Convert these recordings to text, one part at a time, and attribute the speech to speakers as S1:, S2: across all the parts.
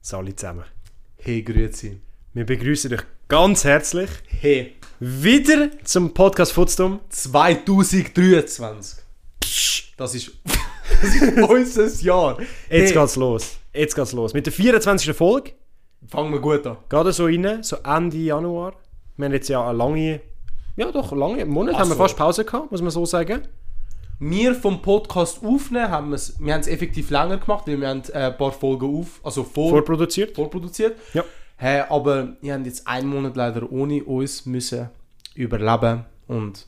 S1: jetzt alle zusammen.
S2: Hey, grüezi.
S1: Wir begrüßen dich ganz herzlich
S2: Hey.
S1: wieder zum Podcast Futstum.
S2: 2023. Das ist, das ist unser Jahr.
S1: Jetzt
S2: hey,
S1: geht's los. Jetzt geht's los. Mit der 24. Folge.
S2: fangen wir gut an.
S1: Gerade so rein, so Ende Januar. Wir haben jetzt ja eine lange, ja doch, lange, einen Monat
S2: Ach
S1: haben wir
S2: so.
S1: fast Pause gehabt, muss man so sagen.
S2: Wir vom Podcast aufnehmen haben wir's, wir haben es effektiv länger gemacht, weil wir haben äh, ein paar Folgen auf, also vor,
S1: Vorproduziert.
S2: vorproduziert.
S1: Ja.
S2: Hey, aber wir haben jetzt einen Monat leider ohne uns müssen überleben und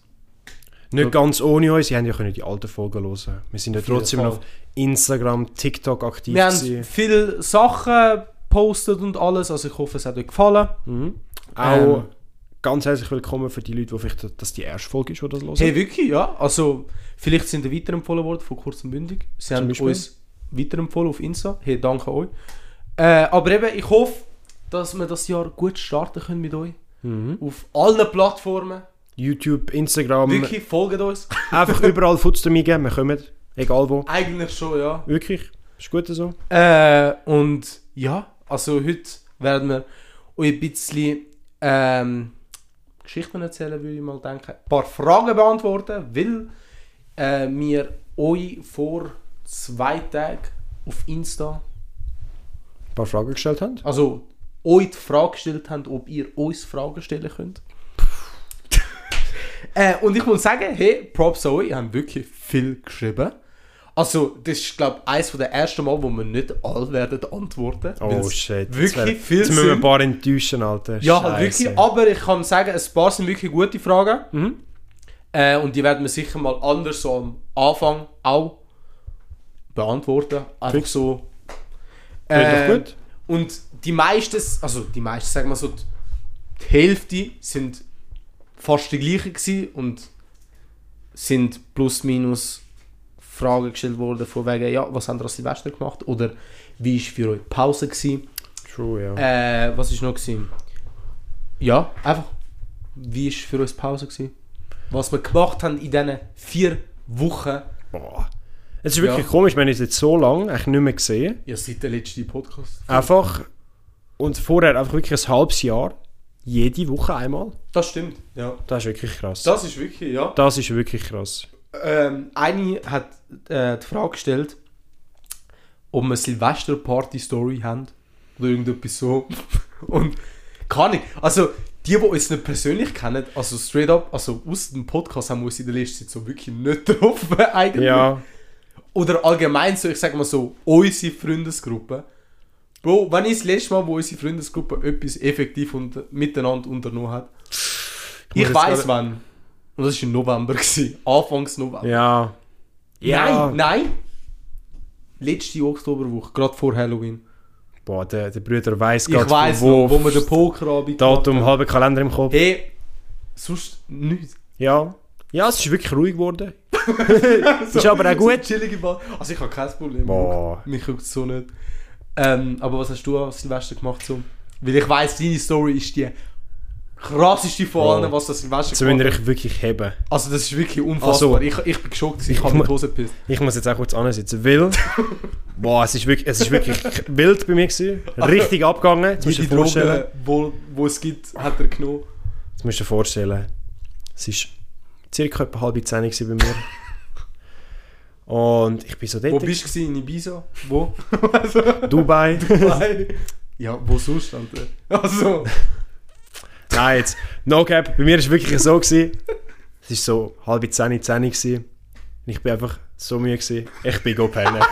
S1: Nicht ganz ohne uns, ihr habt ja können die alten Folgen hören. Wir sind ja
S2: jeden
S1: trotzdem
S2: Fall.
S1: noch auf Instagram, TikTok aktiv
S2: wir haben
S1: gewesen.
S2: viele Sachen gepostet und alles, also ich hoffe es hat euch gefallen.
S1: Auch
S2: Ähm.
S1: ganz herzlich willkommen für die Leute, die vielleicht, dass die erste Folge ist, die das hören.
S2: Hey, wirklich, ja. Also, vielleicht sind ihr weiterempfohlen worden von kurzem Mündig. Sie haben
S1: Beispiel?
S2: uns weiterempfohlen auf Insta. Hey, danke euch. Äh, aber eben, ich hoffe, dass wir das Jahr gut starten können mit euch. Auf allen Plattformen.
S1: Mhm. YouTube, Instagram,
S2: Wirklich, folgt uns.
S1: einfach überall Futstum eingeben, wir kommen, egal wo.
S2: Eigentlich schon, ja.
S1: Wirklich, ist gut so.
S2: Äh, und ja, also heute werden wir euch ein bisschen ähm, Geschichten erzählen, würde ich mal denken. Ein paar Fragen beantworten, weil äh, wir euch vor zwei Tagen auf Insta,
S1: Ein paar Fragen gestellt haben.
S2: also euch die Frage gestellt haben, ob ihr uns Fragen stellen könnt. äh, und ich muss sagen, hey, Props an euch, ihr habt wirklich viel geschrieben. Also, das ist, glaube ich, eines der ersten Mal, wo wir nicht alle werden antworten.
S1: Oh
S2: weil's
S1: shit.
S2: Wirklich
S1: jetzt wär-
S2: viel
S1: Jetzt müssen wir ein
S2: sind.
S1: paar enttäuschen, Alter.
S2: Ja, halt
S1: Scheiße.
S2: wirklich. Aber ich kann sagen, ein paar sind wirklich gute Fragen.
S1: Mhm.
S2: Äh, und die werden wir sicher mal anders so am Anfang auch beantworten. Einfach
S1: Fix.
S2: so.
S1: Klingt doch
S2: Ähm,
S1: gut.
S2: Und die meisten, also die meisten, sagen wir so, die die Hälfte sind fast die gleichen gewesen und sind plus minus Fragen gestellt worden von wegen, ja, was haben wir an Silvester gemacht? Oder wie war für euch die Pause? Gewesen?
S1: True, ja.
S2: Äh, was war noch? Gewesen? Ja, einfach. Wie war für uns die Pause? Gewesen? Was wir gemacht haben in diesen vier Wochen.
S1: Boah. Es ist wirklich
S2: Ja.
S1: komisch, wir haben uns jetzt so lange eigentlich nicht mehr gesehen.
S2: Ja, seit der letzten Podcast.
S1: Einfach. Und vorher einfach wirklich ein halbes Jahr. Jede Woche einmal.
S2: Das stimmt, ja.
S1: Das ist wirklich krass. Das,
S2: Das ist wirklich, ja.
S1: ist wirklich krass.
S2: Ähm, eine hat äh, die Frage gestellt, ob wir eine Silvester-Party-Story haben. Oder irgendetwas so. Und kann ich. Also, die, die uns nicht persönlich kennen, also straight up, also aus dem Podcast haben wir uns in der letzten Zeit so wirklich nicht getroffen, eigentlich.
S1: Ja.
S2: Oder allgemein so, ich sag mal so, unsere Freundesgruppe. Bro, wann ist das letzte Mal, wo unsere Freundesgruppe etwas effektiv und miteinander unternommen hat? Ich,
S1: jetzt
S2: weiß
S1: gerade-
S2: wann. Und das war im November. Gewesen. Anfangs November.
S1: Ja. Ja.
S2: Nein, nein! Letzte Oktoberwoche, gerade vor Halloween.
S1: Boah, der, der Bruder weiß
S2: Ich weiß noch, wo wir den Pokerabend
S1: Datum,
S2: gemacht haben.
S1: halben Kalender im Kopf.
S2: Hey, sonst nichts.
S1: Ja. Ja, es ist wirklich ruhig geworden. Ist aber auch gut.
S2: So chillige Ba- also ich habe kein Problem.
S1: Boah.
S2: Mich guckt so nicht. Ähm, aber was hast du an Silvester gemacht so? Weil ich weiss, deine Story ist die krasseste von
S1: Bro.
S2: allen, was das Silvester
S1: Jetzt müssen wir euch wirklich heben.
S2: Also das ist wirklich unfassbar.
S1: Also-
S2: ich, ich bin geschockt, gewesen.
S1: Ich
S2: ich habe mir
S1: mu-
S2: die Hose gepisst.
S1: Ich muss jetzt auch kurz ansitzen, weil... boah, es ist wirklich, es ist wirklich wild bei mir gewesen. Richtig abgegangen. Jetzt musst du
S2: Jede
S1: dir vorstellen.
S2: Droge, wo, wo es gibt, hat er genommen.
S1: Jetzt musst du dir vorstellen, es war circa etwa halbe zehn gewesen bei mir. Und ich bin so dort
S2: Wo
S1: in
S2: bist du gewesen? in Ibiza? Wo?
S1: Dubai.
S2: Nein. ja, wo sonst? Alter? Also,
S1: Nein, jetzt, no cap, bei mir war es wirklich so. Gewesen. Es war so halbe zehn, zehn gewesen. Und ich bin einfach so müde gewesen. Ich bin go pennen.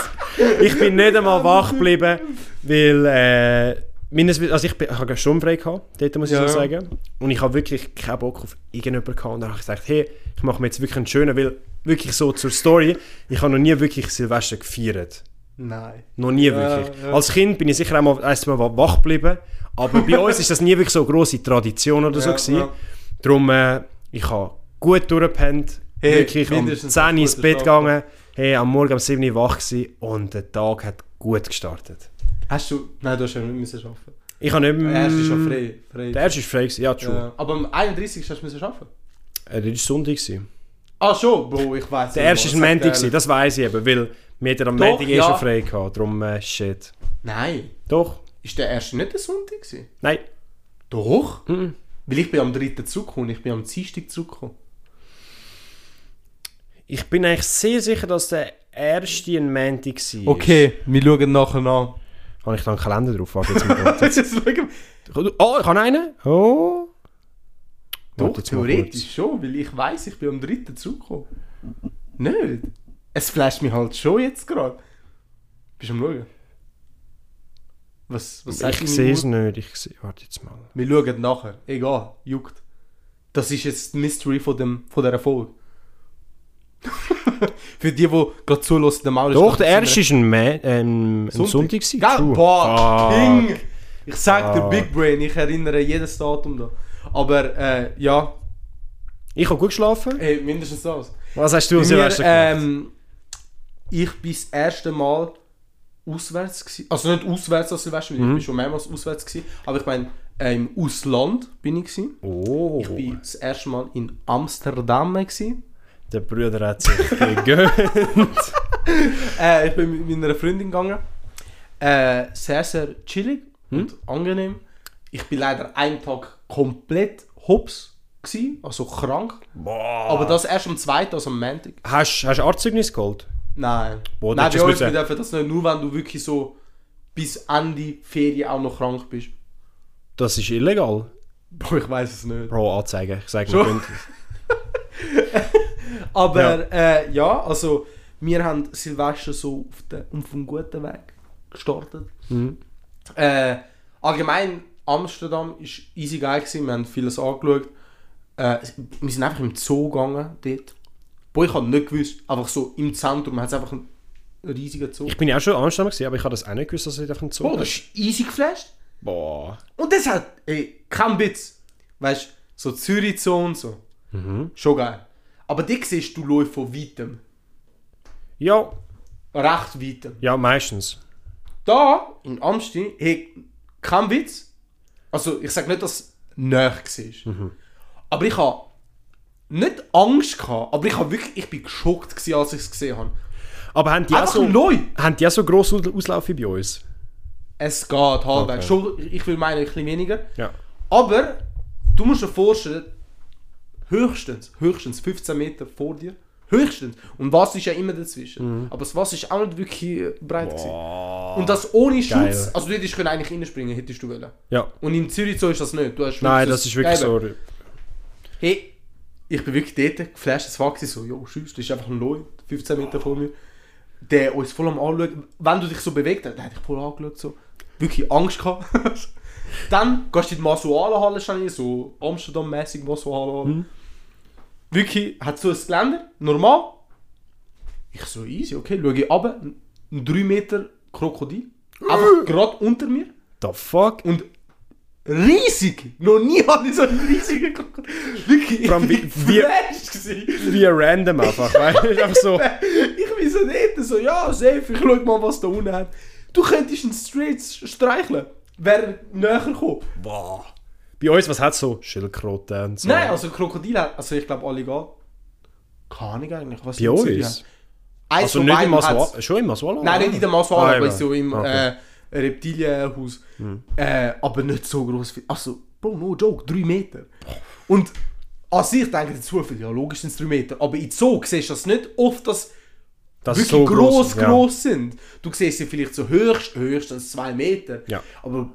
S1: ich bin nicht einmal wach geblieben, weil, äh, meines, Wissens- also ich, bin- ich habe schon frei gehabt, dort muss ich
S2: Ja.
S1: so sagen. Und ich habe wirklich keinen Bock auf irgendjemanden gehabt. Und dann habe ich gesagt, hey, ich mache mir jetzt wirklich einen schönen, weil, wirklich so zur Story, ich habe noch nie wirklich Silvester gefeiert.
S2: nein.
S1: Noch nie
S2: Ja,
S1: wirklich.
S2: ja.
S1: Als Kind bin ich sicher auch mal, eins mal wach geblieben. Aber bei uns ist das nie wirklich so eine grosse Tradition oder so.
S2: Ja,
S1: Gewesen.
S2: ja.
S1: Darum, äh, ich habe gut durchgepennt.
S2: Hey,
S1: wirklich am
S2: mindestens
S1: 10 Uhr ins
S2: hast du
S1: Bett
S2: gut geschlafen.
S1: gegangen. Hey, am Morgen um 7 Uhr wach gewesen und der Tag hat gut gestartet.
S2: Hast du... Nein, du hast ja nicht müssen arbeiten.
S1: Ich habe nicht...
S2: Der erste ist schon frei. frei.
S1: Der erste ist frei gewesen, ja, true.
S2: Ja. Aber am 31. hast du müssen arbeiten.
S1: Äh, das war Sonntag. Gewesen.
S2: Ah schon, Bro, ich weiß.
S1: Der erste war ein Montag, gewesen, das weiss ich eben, weil wir hatten am
S2: Doch,
S1: Montag eh
S2: ja.
S1: schon frei gehabt. Darum, äh, shit.
S2: Nein.
S1: Doch.
S2: Ist der erste nicht der Sonntag? Gewesen?
S1: Nein.
S2: Doch.
S1: Mhm.
S2: Weil ich bin am dritten zurückgekommen, ich bin am Dienstag zurückgekommen.
S1: Ich bin eigentlich sehr sicher, dass der erste ein Montag war.
S2: wir schauen nachher an.
S1: Habe ich da einen Kalender drauf? Warte jetzt mal.
S2: Jetzt schauen wir.
S1: Oh, ich habe einen. Oh.
S2: Doch,
S1: Warte jetzt mal
S2: theoretisch schon, weil ich weiß, ich bin am dritten zurückgekommen. Nicht? Es flasht mich halt schon jetzt gerade. Bist du am Schauen? Was,
S1: kurz.
S2: was sagst
S1: Ich
S2: du?
S1: sehe es nicht. Ich sehe... Warte jetzt mal.
S2: Wir schauen nachher. Egal, juckt. Das ist jetzt die Mystery von, dem, von dieser Folge. Für die, die gerade zulassen, der Maul
S1: Doch, der
S2: gerade
S1: erste war ein, Ma- ähm, ein Sonntag.
S2: Gell?
S1: gewesen. Ah. True.
S2: Boah,
S1: Fuck.
S2: King! Ich sag dir
S1: Fuck.
S2: Big Brain, ich erinnere jedes Datum da. Aber äh, ja,
S1: Ich habe gut geschlafen.
S2: hey, mindestens das.
S1: Was hast du am
S2: Bei mir,
S1: Silvester gemacht?
S2: ähm, ich bin das erste Mal auswärts gsi, also nicht auswärts als Silvester,
S1: Mhm.
S2: weil ich bin schon mehrmals auswärts gsi, aber ich meine äh, im Ausland bin ich gsi.
S1: Oh,
S2: Ich bin das erste Mal in Amsterdam gsi.
S1: der Bruder hat sich gegönnt.
S2: Äh, ich bin mit meiner Freundin gegangen. Äh, sehr, sehr chillig
S1: Hm?
S2: und angenehm. Ich bin leider einen Tag komplett hops, gsi, also krank.
S1: Boah.
S2: Aber das erst am zweiten, also am Montag.
S1: Hast hast du Arztzeugnis geholt?
S2: Nein.
S1: Boah,
S2: Nein,
S1: das
S2: bei
S1: ist
S2: uns
S1: müssen-
S2: wir dürfen das nicht, nur wenn du wirklich so bis Ende Ferien auch noch krank bist.
S1: Das ist illegal.
S2: Boah, ich weiß es nicht.
S1: Bro, anzeigen. Ich sage
S2: Schon?
S1: mir,
S2: Aber ja, äh, ja also wir haben Silvester so auf, den, auf dem guten Weg gestartet. Äh, allgemein, Amsterdam war easy geil, gewesen. wir haben vieles angeschaut. Äh, wir sind einfach im Zoo gegangen dort. Boah, ich habe nicht gewusst, einfach so im Zentrum hat es einfach einen riesigen Zoo.
S1: ich bin ja auch schon Amsterdam gewesen, aber ich habe das auch nicht gewusst, dass ich davon zu.
S2: Boah, das ist easy geflasht.
S1: Oh, Boah.
S2: Und das hat, ey, kein Witz. Weißt du, so Zürich Zoo und so.
S1: Mhm.
S2: Schon geil. Aber die siehst du Leute von weitem.
S1: Ja,
S2: Recht weitem.
S1: ja, meistens.
S2: Da, in Amstein, hey, kein Witz. Also, ich sage nicht, dass es näher war.
S1: Mhm.
S2: Aber ich habe nicht Angst gehabt, aber ich habe wirklich, ich bin geschockt gewesen, als ich es gesehen habe.
S1: Aber haben die auch
S2: Einfach
S1: so,
S2: neu.
S1: haben die auch so grosse Aus- Auslauf wie bei uns?
S2: Es geht halbwegs.
S1: Okay.
S2: Schon, ich will meinen, ein bisschen weniger.
S1: Ja.
S2: Aber, du musst dir vorstellen, höchstens, höchstens 15 Meter vor dir, höchstens. Und was ist ja immer
S1: Mhm.
S2: dazwischen. Aber das Wasser ist auch nicht wirklich äh, breit gewesen. Und das ohne Schutz,
S1: Geil.
S2: also du hättest können eigentlich reinspringen, hättest du wollen.
S1: Ja.
S2: Und in Zürich so ist das nicht. Du hast
S1: Nein,
S2: wirklich
S1: das ist wirklich
S2: Eben.
S1: so.
S2: Hey, ich bin wirklich dort geflasht. Das war so, jo, tschüss, das ist einfach ein Leute, 15 Meter vor mir, der uns voll am Anschauen. Wenn du dich so bewegt hast, der hat dich voll angeschaut. So. Wirklich Angst gehabt. Dann gehst du in die Masualenhalle schon rein, so Amsterdam-mäßig Masualenhalle. Wirklich, hat so ein Geländer, normal. Ich so easy, okay, schaue ich runter, ein 3 Meter Krokodil, einfach gerade unter mir.
S1: The fuck?
S2: Und riesig! Noch nie habe ich so einen riesigen Krokodil. Wirklich, ich
S1: Vor allem
S2: bin
S1: wie- wie-
S2: geflasht gewesen.
S1: Wie random einfach, weißt du? Einfach so.
S2: Ich bin so dort, so, ja, safe, ich schau mal, was da unten hat. Du könntest einen Straight streicheln. Wäre näher gekommen.
S1: Boah. Bei uns, was hat so? Schildkröten und so.
S2: Nein, also Krokodil hat, also ich glaube, alle gehen. Keine Ahnung eigentlich, was
S1: bei uns? Also nicht im Maswala. Schon im Maswala?
S2: Nein, nicht in der Maswala,
S1: Ah,
S2: aber
S1: eben.
S2: so im
S1: Okay. Hm.
S2: äh, Reptilienhaus. Äh, aber nicht so groß. Also, Bro, no joke, 3 Meter. Und an sich denken die Zufälle, ja, logisch sind es 3 Meter. Aber in Zoo siehst du das nicht oft, dass
S1: Das
S2: wirklich
S1: ist so
S2: gross, gross,
S1: ja.
S2: sind. Du siehst sie vielleicht so höchst, höchstens 2 Meter.
S1: Ja.
S2: Aber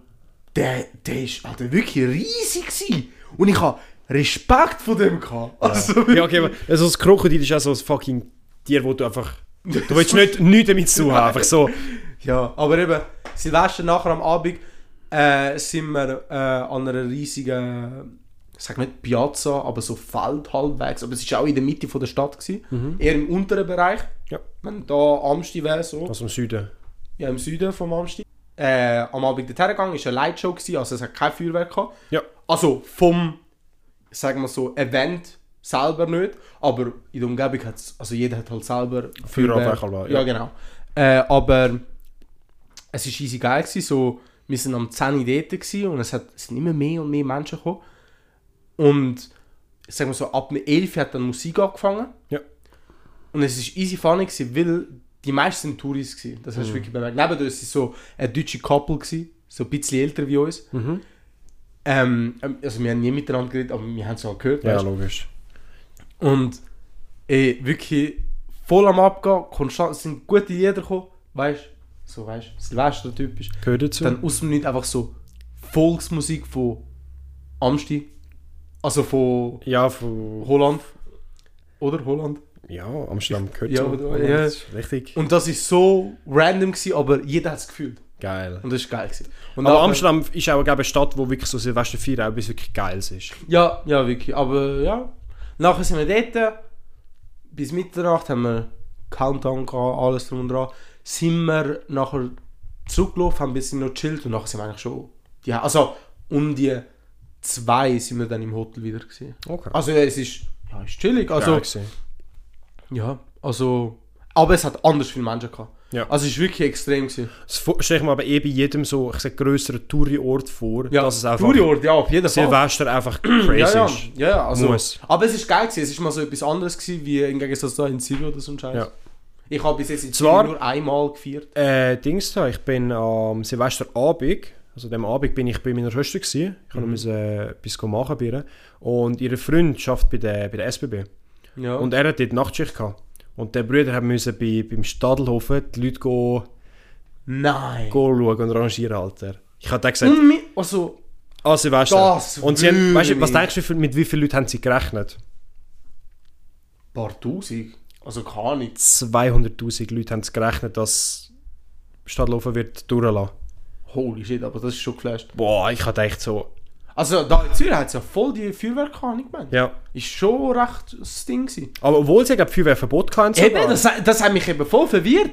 S2: der, der ist Alter, wirklich riesig. Gewesen. Und ich habe Respekt vor dem gehabt. Also,
S1: Ja, okay, aber also das Krokodil ist auch so ein fucking Tier, wo du einfach. Du willst nicht, nichts damit zu haben. Einfach so.
S2: Ja, aber eben, Silvester nachher am Abend äh, sind wir äh, an einer riesigen, ich sag nicht Piazza, aber so Feld halbwegs. Aber es war auch in der Mitte von der Stadt, gewesen, eher im unteren Bereich.
S1: Ja.
S2: Wenn da Amsti wäre, so,
S1: Aus dem Süden.
S2: ja, im Süden vom Amsti. Äh, am Abend dorthin gegangen, es war eine Lightshow, gewesen, also es hat kein Feuerwerk gehabt.
S1: Ja.
S2: Also vom, sagen wir so, Event selber nicht, aber in der Umgebung hat es, also jeder hat halt selber
S1: Feuerwerk,
S2: Feuerwerk.
S1: aber,
S2: ja.
S1: ja.
S2: genau. Äh, aber es war easy geil, gewesen, so, wir sind am 10 Uhr dort gewesen und es, hat, es sind immer mehr und mehr Menschen gekommen. Und sagen wir so, ab dem 11 Uhr hat dann Musik angefangen
S1: Ja.
S2: und es war easy funny, gewesen, weil die meisten sind Touris gewesen. Das
S1: Mhm.
S2: hast du wirklich bemerkt. Neben uns war so ein deutsche Couple, gewesen, so ein bisschen älter wie uns.
S1: Mhm.
S2: Ähm, also wir haben nie miteinander geredet, aber wir haben es auch gehört.
S1: Ja,
S2: weißt du.
S1: logisch.
S2: Und ey, wirklich voll am Abgehen, konstant, es sind gute Lieder gekommen, weißt du, so weißt du, Silvester typisch.
S1: Gehört dazu?
S2: Dann aus dem Nichts einfach so Volksmusik von Amsti, also von
S1: ja, von...
S2: Holland, oder Holland.
S1: Ja, Amsterdam gehört
S2: Ja,
S1: zu.
S2: aber- ja.
S1: Das ist Richtig.
S2: Und das ist so random gewesen, aber jeder hat es gefühlt.
S1: Geil.
S2: Und das ist geil gewesen. Und
S1: Aber
S2: nachher-
S1: Amsterdam ist auch glaub ich, eine Stadt, wo wirklich so Silvesterfeier auch bis wirklich geil ist.
S2: Ja, ja, wirklich. Aber ja. Nachher sind wir dort. Bis Mitternacht haben wir Countdown gehabt, alles drum und dran. Sind wir nachher zurückgelaufen, haben ein bisschen noch gechillt und nachher sind wir eigentlich schon. Die, also um die zwei sind wir dann im Hotel wieder. Gewesen.
S1: Okay.
S2: Also ja, es ist, ja, ist chillig. Also,
S1: Geil gewesen.
S2: ja, also. Aber es hat anders viele Menschen gehabt.
S1: Ja.
S2: Also es ist wirklich extrem. Gewesen.
S1: Das vo- stell ich mir aber eh bei jedem so, ich sag, grösseren Touri-Ort vor,
S2: Ja,
S1: dass es einfach
S2: Touri-Ort, ja, auf jeden Fall.
S1: Silvester einfach crazy
S2: ja, ja.
S1: ist.
S2: ja, ja, also,
S1: Muss.
S2: Aber es ist geil gewesen. Es ist mal so etwas anderes gewesen, wie im Gegensatz da in Zürich oder so ein Scheiß.
S1: Ja.
S2: Ich habe bis jetzt in
S1: Zwar-
S2: Zürich nur einmal gefeiert.
S1: Äh, Dings da, ich bin am Silvesterabend, also dem Abend bin ich bei meiner Schwester gewesen. Ich mhm. musste äh, etwas machen bei ihr. Und ihre Freund arbeitet bei der, bei der SBB.
S2: Ja.
S1: Und er hat dort Nachtschicht gehabt. Und der Brüder haben müssen bei, beim Stadelhofen die Leute go,
S2: Nein.
S1: go schauen und rangieren, Alter. Ich habe gesagt,
S2: Und mi- also,
S1: Ah, Silvester.
S2: Das
S1: und sie haben,
S2: will
S1: weißt du, was
S2: ich.
S1: denkst du, wie viel- mit wie vielen Leuten haben sie gerechnet?
S2: ein paar Tausend. Also gar nichts.
S1: 200'000 Leute haben sie gerechnet, dass Stadtlaufen wird durchlassen.
S2: Holy shit, aber das ist schon geflasht.
S1: Boah, ich hatte echt so...
S2: Also da in Zürich hat es ja voll die Feuerwerke gehabt, nicht gemeint.
S1: Ja.
S2: Ist schon recht das Ding gewesen.
S1: Aber obwohl sie, glaube ich, Feuerwehrverbot hatten sogar.
S2: Eben, das, das hat mich eben voll verwirrt.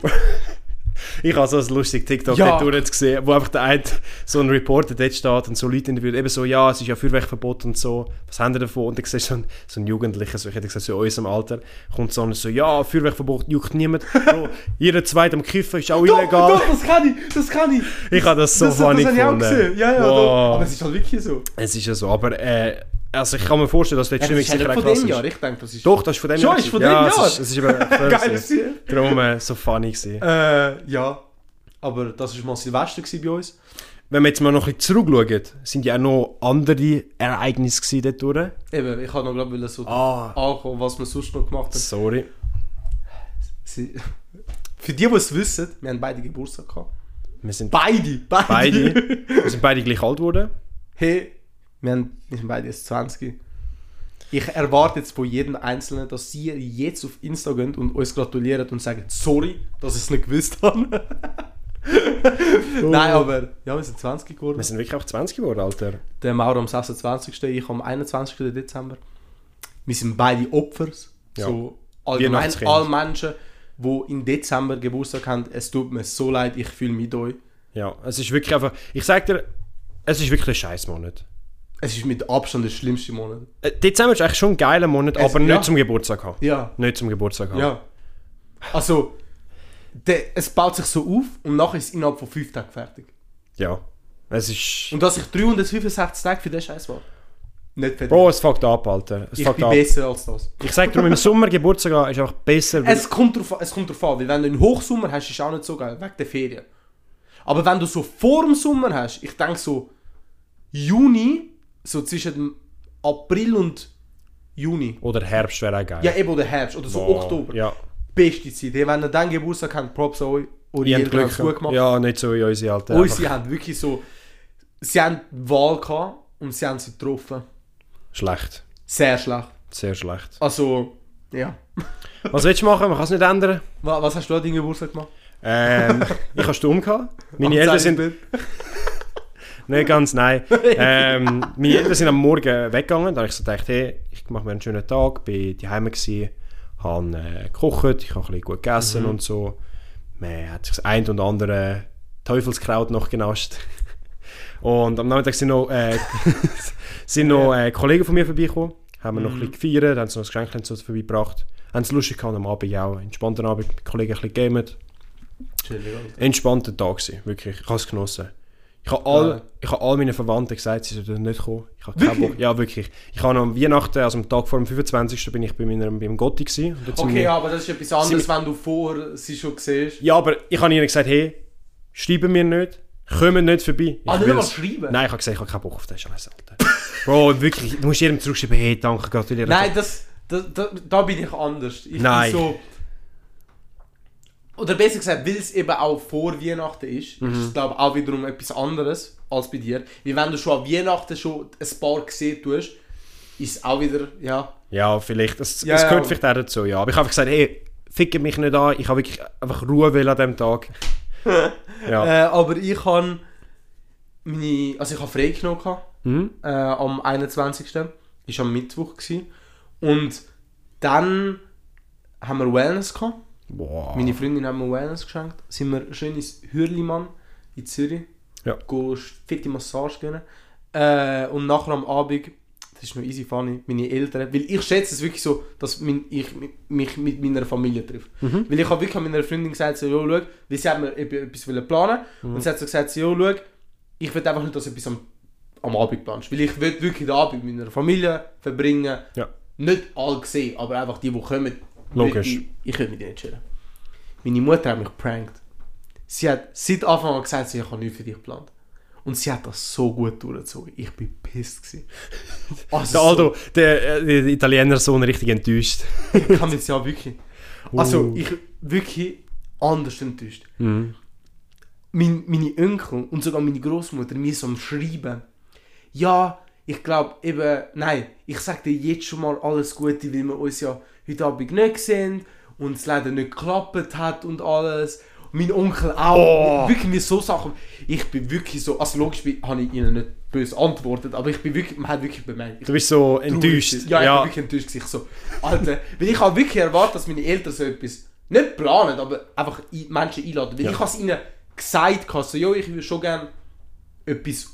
S1: Ich habe so ein lustiges TikTok
S2: Ja.
S1: ja. dort gesehen, wo einfach der eine, so ein Reporter dort steht und so Leute interviewt, eben so, ja, es ist ja Feuerwerkverbot und so, was haben ihr davon? Und dann siehst du so ein, so ein Jugendlicher, so, ich hätte gesagt, so in unserem Alter, kommt so einer so, ja, Feuerwerkverbot juckt niemand, Bro, jeder zweite am Kiffen ist auch illegal.
S2: Doch, doch, das kann ich, das kann ich.
S1: Ich habe das so
S2: das, das,
S1: funny
S2: habe ich auch
S1: gefunden.
S2: gesehen. Ja, ja, doch.
S1: Wow.
S2: Aber es ist halt wirklich so.
S1: Es ist ja so, aber äh, also ich kann mir vorstellen, dass der
S2: Ja, das
S1: Stimmung
S2: ist halt
S1: sicher
S2: nicht
S1: auch
S2: von
S1: krass
S2: dem
S1: ist.
S2: Jahr, ich denke, das ist...
S1: Doch, das ist von dem
S2: Schon,
S1: Jahr.
S2: ist von
S1: gewesen.
S2: dem
S1: ja,
S2: Jahr.
S1: Es ist, es ist eben
S2: Geil
S1: Geil.
S2: Jahr.
S1: Darum äh, so funny gewesen.
S2: Äh, ja. Aber das war mal Silvester gewesen bei uns.
S1: Wenn wir jetzt mal noch ein bisschen zurückschauen, sind ja auch noch andere Ereignisse gewesen dort durch.
S2: Eben, ich habe noch glaub, wollen so
S1: Ah,
S2: ankommen, was wir sonst noch gemacht haben.
S1: sorry.
S2: Sie- Für die, die es wissen, wir haben beide Geburtstag gehabt.
S1: Wir sind
S2: Beide! Beide!
S1: beide, wir sind beide gleich alt geworden.
S2: hey, wir, haben, wir sind beide jetzt 20. Ich erwarte jetzt von jedem Einzelnen, dass sie jetzt auf Insta gehen und uns gratulieren und sagen, sorry, dass ich es nicht gewusst habe. Nein, aber ja, wir sind 20 geworden.
S1: Wir sind wirklich auch 20 geworden, Alter.
S2: Der Maurer am 26. Ich am 21. Dezember. Wir sind beide Opfer.
S1: Ja.
S2: So allgemein
S1: Weihnachtskind.
S2: alle Menschen, die im Dezember Geburtstag haben, es tut mir so leid, ich fühle mich euch.
S1: Ja, es ist wirklich einfach... Ich sag dir, es ist wirklich ein scheiß Monat.
S2: Es ist mit Abstand der schlimmste Monat.
S1: Äh, Dezember ist eigentlich schon ein geiler Monat,
S2: Es-
S1: aber nicht
S2: ja.
S1: zum Geburtstag haben.
S2: Ja.
S1: Nicht zum Geburtstag haben.
S2: Ja. Also, der, es baut sich so auf und nachher ist es innerhalb von 5 Tagen fertig.
S1: Ja. Es ist.
S2: Und dass ich 365 Tage für den Scheiß war. Nicht fertig.
S1: Bro, es fuckt ab, Alter. Es
S2: ich
S1: fuckt
S2: bin
S1: ab.
S2: besser als das.
S1: Ich sag darum, im Sommer Geburtstag haben ist einfach besser. weil-
S2: Es kommt drauf, an- es kommt drauf an, weil wenn du einen Hochsommer hast, ist es auch nicht so geil, wegen der Ferien. Aber wenn du so vor dem Sommer hast, ich denke so Juni, so zwischen dem April und Juni.
S1: Oder Herbst wäre auch geil.
S2: Ja, eben oder Herbst oder so
S1: Boah,
S2: Oktober.
S1: Ja.
S2: Beste Zeit. Hey, Wenn ihr dann Geburtstag habt, Props an euch. Oder
S1: Ihr
S2: ihr
S1: habt
S2: habt
S1: Glück.
S2: es gut gemacht.
S1: Ja, nicht so wie unsere Alter.
S2: Und
S1: einfach
S2: sie haben wirklich so, sie haben die Wahl gehabt und sie haben sie getroffen.
S1: Schlecht.
S2: Sehr schlecht.
S1: Sehr schlecht.
S2: Also, ja.
S1: Was willst du machen? Man kann es nicht ändern.
S2: Wa- Was hast du an deinem Geburtstag gemacht?
S1: Ähm, ich habe stumm gehabt. Meine
S2: Am
S1: Eltern sind.
S2: 10.
S1: Nicht ganz, nein. ähm, meine Eltern sind am Morgen weggegangen. Da habe ich so gedacht, hey, ich mache mir einen schönen Tag. Bin daheim gewesen, habe äh, gekocht, ich habe ein bisschen gut gegessen und so. Man hat sich das ein und andere Teufelskraut noch genascht. Und am Nachmittag sind noch, äh, sind noch äh, Kollegen von mir vorbeigekommen, haben wir noch ein bisschen gefeiert, haben sie noch ein Geschenk und so vorbeigebracht. Haben es lustig gehabt am Abend auch. Entspannten Abend, mit Kollegen ein bisschen gamet.
S2: Entschuldigung.
S1: Entspannter Tag gewesen, wirklich. Ich habe es genossen. Ich habe all,
S2: Geil.
S1: ich habe all meinen Verwandten gesagt, sie sollten nicht kommen. Ich habe keinen Bock. Ja, wirklich. Ich habe am Weihnachten, also am Tag vor dem 25. bin ich bei meiner, beim Gotti gewesen. Und dort sind
S2: Okay,
S1: wir-
S2: ja, aber das ist etwas anderes, wenn du vor sie schon siehst.
S1: Ja, aber ich habe ihnen gesagt, hey, schreiben mir nicht, kommen nicht vorbei. Ich
S2: Ah, nicht mal
S1: will's-
S2: schreiben?
S1: Nein, ich habe gesagt, ich habe keinen Bock auf den Scheiß, Alter. Bro, wirklich, du musst jedem zurückschreiben, hey, danke, gratuliere.
S2: Nein, das, das, da, da bin ich anders. Ich
S1: Nein.
S2: bin so. Oder besser gesagt, weil es eben auch vor Weihnachten ist, ist
S1: Mhm.
S2: es glaube auch wiederum etwas anderes als bei dir. Wie wenn du schon an Weihnachten schon ein paar gesehen tust, ist es auch wieder, ja.
S1: Ja, vielleicht, es,
S2: Ja,
S1: es
S2: ja.
S1: gehört vielleicht auch dazu, ja. Aber ich habe einfach gesagt, hey, ficke mich nicht an, ich habe wirklich einfach Ruhe will an diesem Tag. ja.
S2: Äh, aber ich habe meine, also ich habe frei genommen gehabt, äh, am 21. Ist am Mittwoch gewesen. und dann haben wir Wellness gehabt.
S1: Boah.
S2: Meine Freundin hat mir Wellness geschenkt. Sind wir schön ins Hürlimann in Zürich.
S1: Ja.
S2: Gehen fette Massage gönnen. Äh, und nachher am Abend, das ist noch easy funny, meine Eltern, weil ich schätze es wirklich so, dass mein, ich mich mit meiner Familie trifft. Weil ich habe wirklich meiner Freundin gesagt, so, jo, schau, weil sie hat mir eben etwas wollen planen und sie hat so gesagt, so, jo, schau, ich will einfach nicht, dass du etwas am, am Abend planst. Weil ich will wirklich den Abend mit meiner Familie verbringen.
S1: Ja.
S2: Nicht alle gesehen, aber einfach die, die kommen.
S1: Logisch.
S2: Ich, ich will mit denen chillen. Meine Mutter hat mich geprankt. Sie hat seit Anfang an gesagt, sie habe nichts für dich geplant. Und sie hat das so gut durchgezogen. Ich bin pissed gewesen. Also,
S1: Der Aldo, der, äh, der Italiener-Sohn, richtig enttäuscht.
S2: ich kann jetzt ja wirklich. Also,
S1: Uh.
S2: ich wirklich anders enttäuscht. Mein, meine Onkel und sogar meine Großmutter mir so am Schreiben. Ja, ich glaube eben, nein, ich sage dir jetzt schon mal alles Gute, weil wir uns ja heute Abend nicht sehen und es leider nicht geklappt hat und alles. Und mein Onkel auch.
S1: Oh.
S2: Wirklich mir so Sachen. Ich bin wirklich so, also logisch bin- habe ich ihnen nicht böse antwortet, aber ich bin wirklich, man hat wirklich bemerkt, ich
S1: Du bist so
S2: traurig
S1: enttäuscht.
S2: gewesen. Ja, ich war wirklich enttäuscht. gewesen. Ich so, Alter, weil ich habe wirklich erwartet, dass meine Eltern so etwas nicht planen, aber einfach i- Menschen einladen. Weil
S1: Ja.
S2: ich habe es ihnen gesagt, gehabt, so, jo, ich würde schon gerne etwas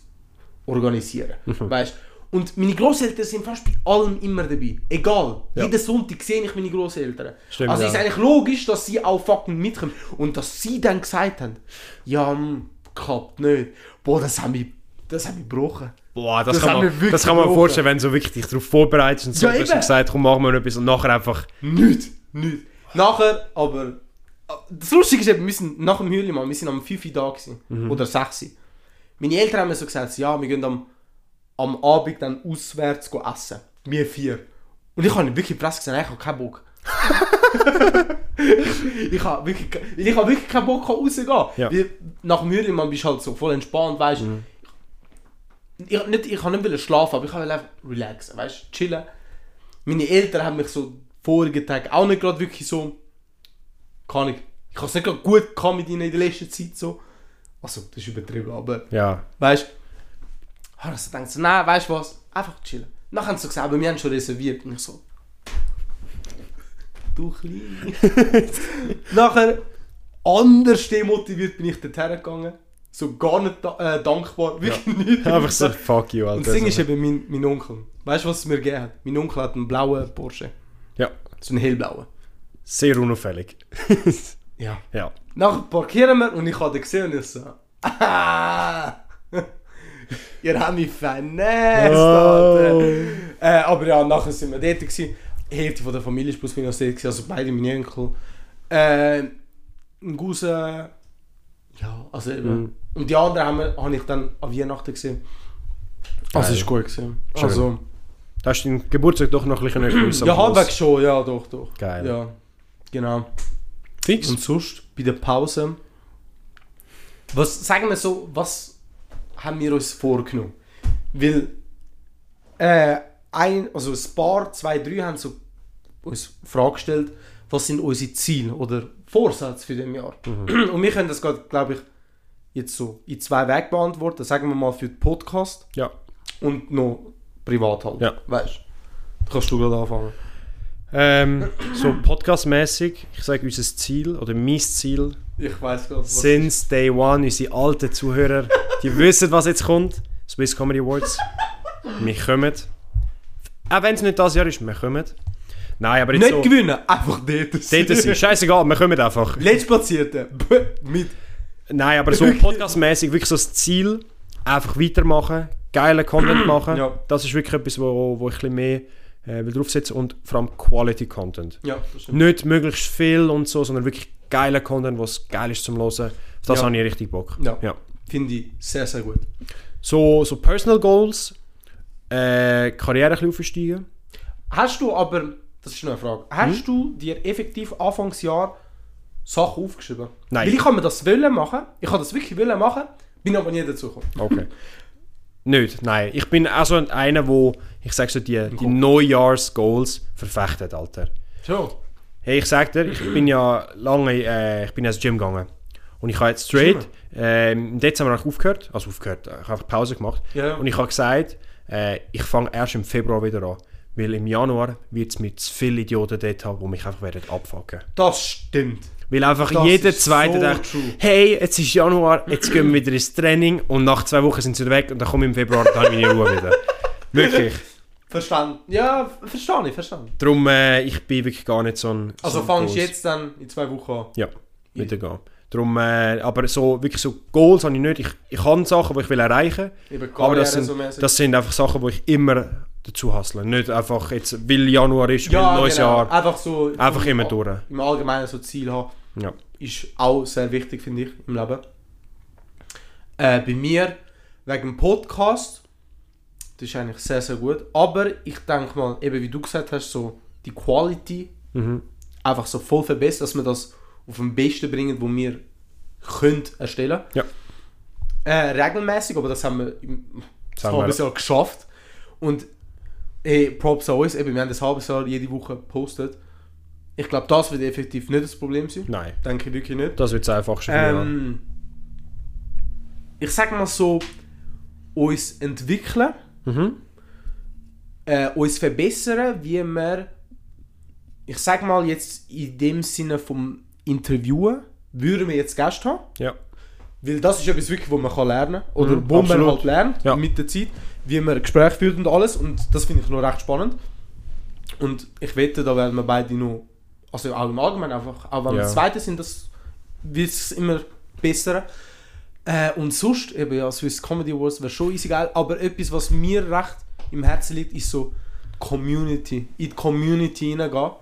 S2: organisieren.
S1: Mhm.
S2: Weißt Und meine Großeltern sind fast bei allem immer dabei. Egal.
S1: Ja.
S2: Jeden Sonntag sehe ich meine Großeltern.
S1: Stimmt,
S2: also
S1: ja.
S2: ist eigentlich logisch, dass sie auch fucking mitkommen. Und dass sie dann gesagt haben, ja, hm, klappt nicht. Boah, das haben wir, das haben wir gebrochen.
S1: Boah, das,
S2: Das
S1: kann
S2: haben wir
S1: man,
S2: wirklich
S1: das kann man
S2: gebrochen.
S1: vorstellen, wenn du so wirklich dich darauf vorbereitest und so.
S2: Ja,
S1: du hast
S2: eben.
S1: gesagt, komm, machen wir etwas und nachher einfach...
S2: Nicht, nicht. Nachher, aber. Das Lustige ist eben, wir sind nach dem Hürlimann, wir sind am 5 Uhr da gewesen, oder 6 Uhr. Meine Eltern haben mir so gesagt, ja, wir gehen am, am Abend dann auswärts go essen. Wir vier. Und ich habe wirklich press gesagt, nein, ich habe keinen Bock. ich habe wirklich, ke- weil ich habe wirklich keinen Bock gehabt, rauszugehen.
S1: Ja.
S2: Weil nach dem Hürlimann bist du halt so voll entspannt, weißt du. Ich, hab nicht, ich habe nicht wollen schlafen, aber ich wollte einfach relaxen, weißt du, chillen meine Eltern haben mich so vorigen Tag auch nicht gerade wirklich so. Kann ich. Ich habe es nicht gerade gut gehabt mit ihnen in der letzten Zeit so. Also, das ist übertrieben, aber.
S1: Ja,
S2: Weißt Ah, du? Habe ich so gedacht, so, nein, weißt du was? Einfach chillen. Nachher haben sie so gesagt, aber wir haben schon reserviert. Und ich so. Du Kleine. Nachher, anders demotiviert bin ich dorthin gegangen. So gar nicht da äh, dankbar, wirklich nicht.
S1: einfach so, fuck you, Alter. Also,
S2: Und das Ding ist eben mein, mein Onkel. Weißt du, was es mir gegeben hat? Mein Onkel hat einen blauen Porsche.
S1: Ja,
S2: So einen hellblauen.
S1: sehr unauffällig.
S2: Ja.
S1: Ja.
S2: Nachher parkieren wir und ich habe den gesehen und ich so. Ah! Ihr habt mich vernetzt,
S1: Oh.
S2: Alter! Äh, aber ja, nachher sind wir dort. Gewesen. Die Hälfte von der Familie ist plus minus dort, gewesen, also beide meine Enkel. Äh, ein Cousin. Ja, also eben. Und die anderen haben wir- habe ich dann an Weihnachten gesehen. Also,
S1: Geil.
S2: es war gut. Gewesen.
S1: Schön.
S2: Also,
S1: Da hast du deinen Geburtstag doch noch ein bisschen gewusst. am
S2: ja,
S1: Schluss.
S2: halbwegs schon, ja, doch, doch.
S1: Geil.
S2: Ja, genau.
S1: Fix.
S2: Und sonst, bei der Pause, was, sagen wir so, was haben wir uns vorgenommen? Weil, äh, ein, also ein paar, zwei, drei haben so uns die Frage gestellt, was sind unsere Ziele oder Vorsätze für dem Jahr? Und wir können das gerade, glaube ich, jetzt so in zwei Wege beantworten. Sagen wir mal für den Podcast
S1: Ja.
S2: und noch privat halt.
S1: Ja.
S2: Weißt du? Kannst du gerade anfangen.
S1: Ähm, so podcastmäßig, ich sage unser Ziel oder mein Ziel,
S2: Ich weiß gerade, was.
S1: since day one, unsere alten Zuhörer, die wissen, was jetzt kommt. Swiss Comedy Awards. Wir kommen. Auch wenn es nicht das Jahr ist, wir kommen. Nein, aber jetzt
S2: Nicht
S1: so...
S2: gewinnen, einfach dort sein.
S1: Dort sind, scheißegal, wir kommen einfach.
S2: Letztplatzierte. B- Mit.
S1: Nein, aber so podcastmäßig wirklich so das Ziel, einfach weitermachen, geilen Content machen.
S2: Ja.
S1: Das ist wirklich etwas, wo, wo ich ein bisschen mehr äh, will draufsetzen und vor allem Quality Content.
S2: Ja, das stimmt.
S1: Nicht möglichst viel und so, sondern wirklich geiler Content, was geil ist zum Hören. Auf Das
S2: Ja.
S1: habe ich richtig Bock.
S2: Ja.
S1: Ja.
S2: Finde ich sehr, sehr gut.
S1: So, so Personal Goals, äh, Karriere ein bisschen aufsteigen.
S2: Hast du aber, das ist noch eine Frage, hast du dir effektiv Anfangsjahr Sachen aufgeschrieben?
S1: Nein.
S2: Weil ich kann mir das wollen machen, ich kann das wirklich wollen machen, bin aber nie dazu gekommen.
S1: Okay. Nicht, nein. Ich bin auch so einer, wo ich sag so, die, die
S2: Kopf.
S1: Neujahrs-Goals verfechtet, Alter.
S2: So.
S1: Hey, ich sag dir, ich bin ja lange, äh, ich bin ins Gym gegangen. Und ich habe jetzt straight, äh, im Dezember habe ich aufgehört, also aufgehört, ich habe einfach Pause gemacht.
S2: Ja.
S1: Und ich habe gesagt, äh, ich fange erst im Februar wieder an. Weil im Januar wird es mir zu viele Idioten dort haben, die mich einfach werden abfucken.
S2: Das stimmt.
S1: Weil einfach
S2: Das
S1: jeder
S2: ist
S1: Zweite
S2: so
S1: denkt,
S2: true.
S1: hey, jetzt ist Januar, jetzt gehen wir wieder ins Training und nach zwei Wochen sind sie wieder weg und dann komme ich im Februar, dann habe ich meine Ruhe wieder. Wirklich.
S2: Verstanden. Ja, verstehe ich, verstanden.
S1: Darum, äh, ich bin wirklich gar nicht so ein...
S2: Also
S1: so ein
S2: fangst du
S1: Goals-
S2: jetzt dann in zwei Wochen an.
S1: Ja, wieder gehen. Darum, äh, aber so, wirklich so Goals habe ich nicht. Ich, ich habe Sachen, die ich will erreichen
S2: Eben
S1: will. Aber das sind,
S2: Karriere so mäßig.
S1: das sind einfach Sachen, die ich immer dazu hustle. Nicht einfach jetzt, weil Januar ist,
S2: ja,
S1: weil neues
S2: genau.
S1: Jahr.
S2: Einfach so.
S1: Einfach
S2: im-
S1: immer durch.
S2: Im Allgemeinen so Ziel haben.
S1: Ja.
S2: ist auch sehr wichtig, finde ich, im Leben. Äh, bei mir, wegen dem Podcast, das ist eigentlich sehr, sehr gut. Aber ich denke mal, eben wie du gesagt hast, so die Quality
S1: Mhm.
S2: einfach so voll verbessern, dass wir das auf den besten bringen, wo wir können erstellen.
S1: Ja.
S2: Äh, regelmäßig, aber das haben wir im
S1: Das
S2: das
S1: haben wir-
S2: halbes Jahr geschafft. Und hey, Props an uns, eben, wir haben das halbes Jahr jede Woche gepostet. Ich glaube, das wird effektiv nicht das Problem sein.
S1: Nein,
S2: Denke ich wirklich nicht.
S1: das wird das Einfachste. Ähm,
S2: Ähm, ich sag mal so, uns entwickeln,
S1: mhm.
S2: äh, uns verbessern, wie wir, ich sag mal jetzt in dem Sinne vom Interviewen, würden wir jetzt Gäste haben,
S1: Ja.
S2: weil das ist etwas wirklich, wo man kann lernen oder
S1: Mhm,
S2: wo man
S1: absolut.
S2: halt lernt
S1: Ja.
S2: mit der Zeit, wie man Gespräche führt und alles und das finde ich noch recht spannend und ich wette, da werden wir beide noch, also auch im Allgemeinen einfach, auch wenn
S1: Ja.
S2: wir Zweite sind, das wird es immer besser. Äh, und sonst, eben ja, Swiss Comedy Awards wäre schon easy geil, aber etwas, was mir recht im Herzen liegt, ist so Community. In die Community hineingehen.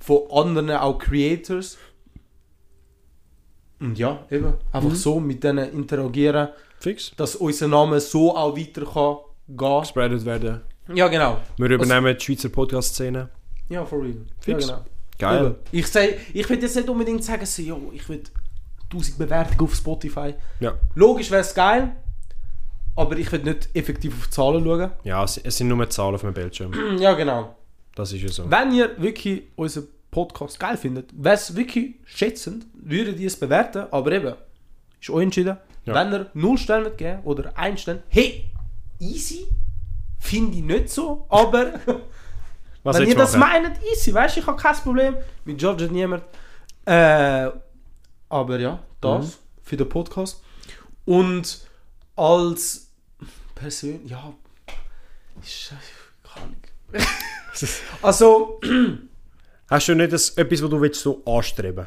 S2: Von anderen, auch Creators. Und ja, eben, einfach so mit denen interagieren,
S1: Fix.
S2: dass unser Name so auch weiter kann gehen.
S1: Spreadet werden.
S2: Ja, genau.
S1: Wir übernehmen die Schweizer Podcast-Szene.
S2: Ja, for real.
S1: Fix.
S2: Ja, genau.
S1: Geil.
S2: Eben. Ich, sag- ich will jetzt nicht unbedingt sagen, so, yo, ich will 1000 Bewertungen auf Spotify.
S1: Ja.
S2: Logisch wäre es geil, aber ich will nicht effektiv auf die Zahlen schauen.
S1: Ja, es, es sind nur Zahlen auf dem Bildschirm.
S2: Ja, genau.
S1: Das ist ja so.
S2: Wenn ihr wirklich unseren Podcast geil findet, wäre es wirklich schätzend, würdet ihr es bewerten, aber eben, ist euch entschieden.
S1: Ja.
S2: Wenn ihr 0 Sterne wollt geben oder 1 Stern, hey, easy, finde ich nicht so, aber
S1: Was
S2: wenn
S1: willst
S2: ihr
S1: du
S2: das
S1: machen?
S2: meint, easy, weißt du, ich habe kein Problem, mit George niemand. Äh, aber ja, das
S1: Mhm.
S2: für den Podcast. Und als Person, ja, ist, keine Ahnung. also,
S1: Hast du nicht das, etwas, was du willst, so anstreben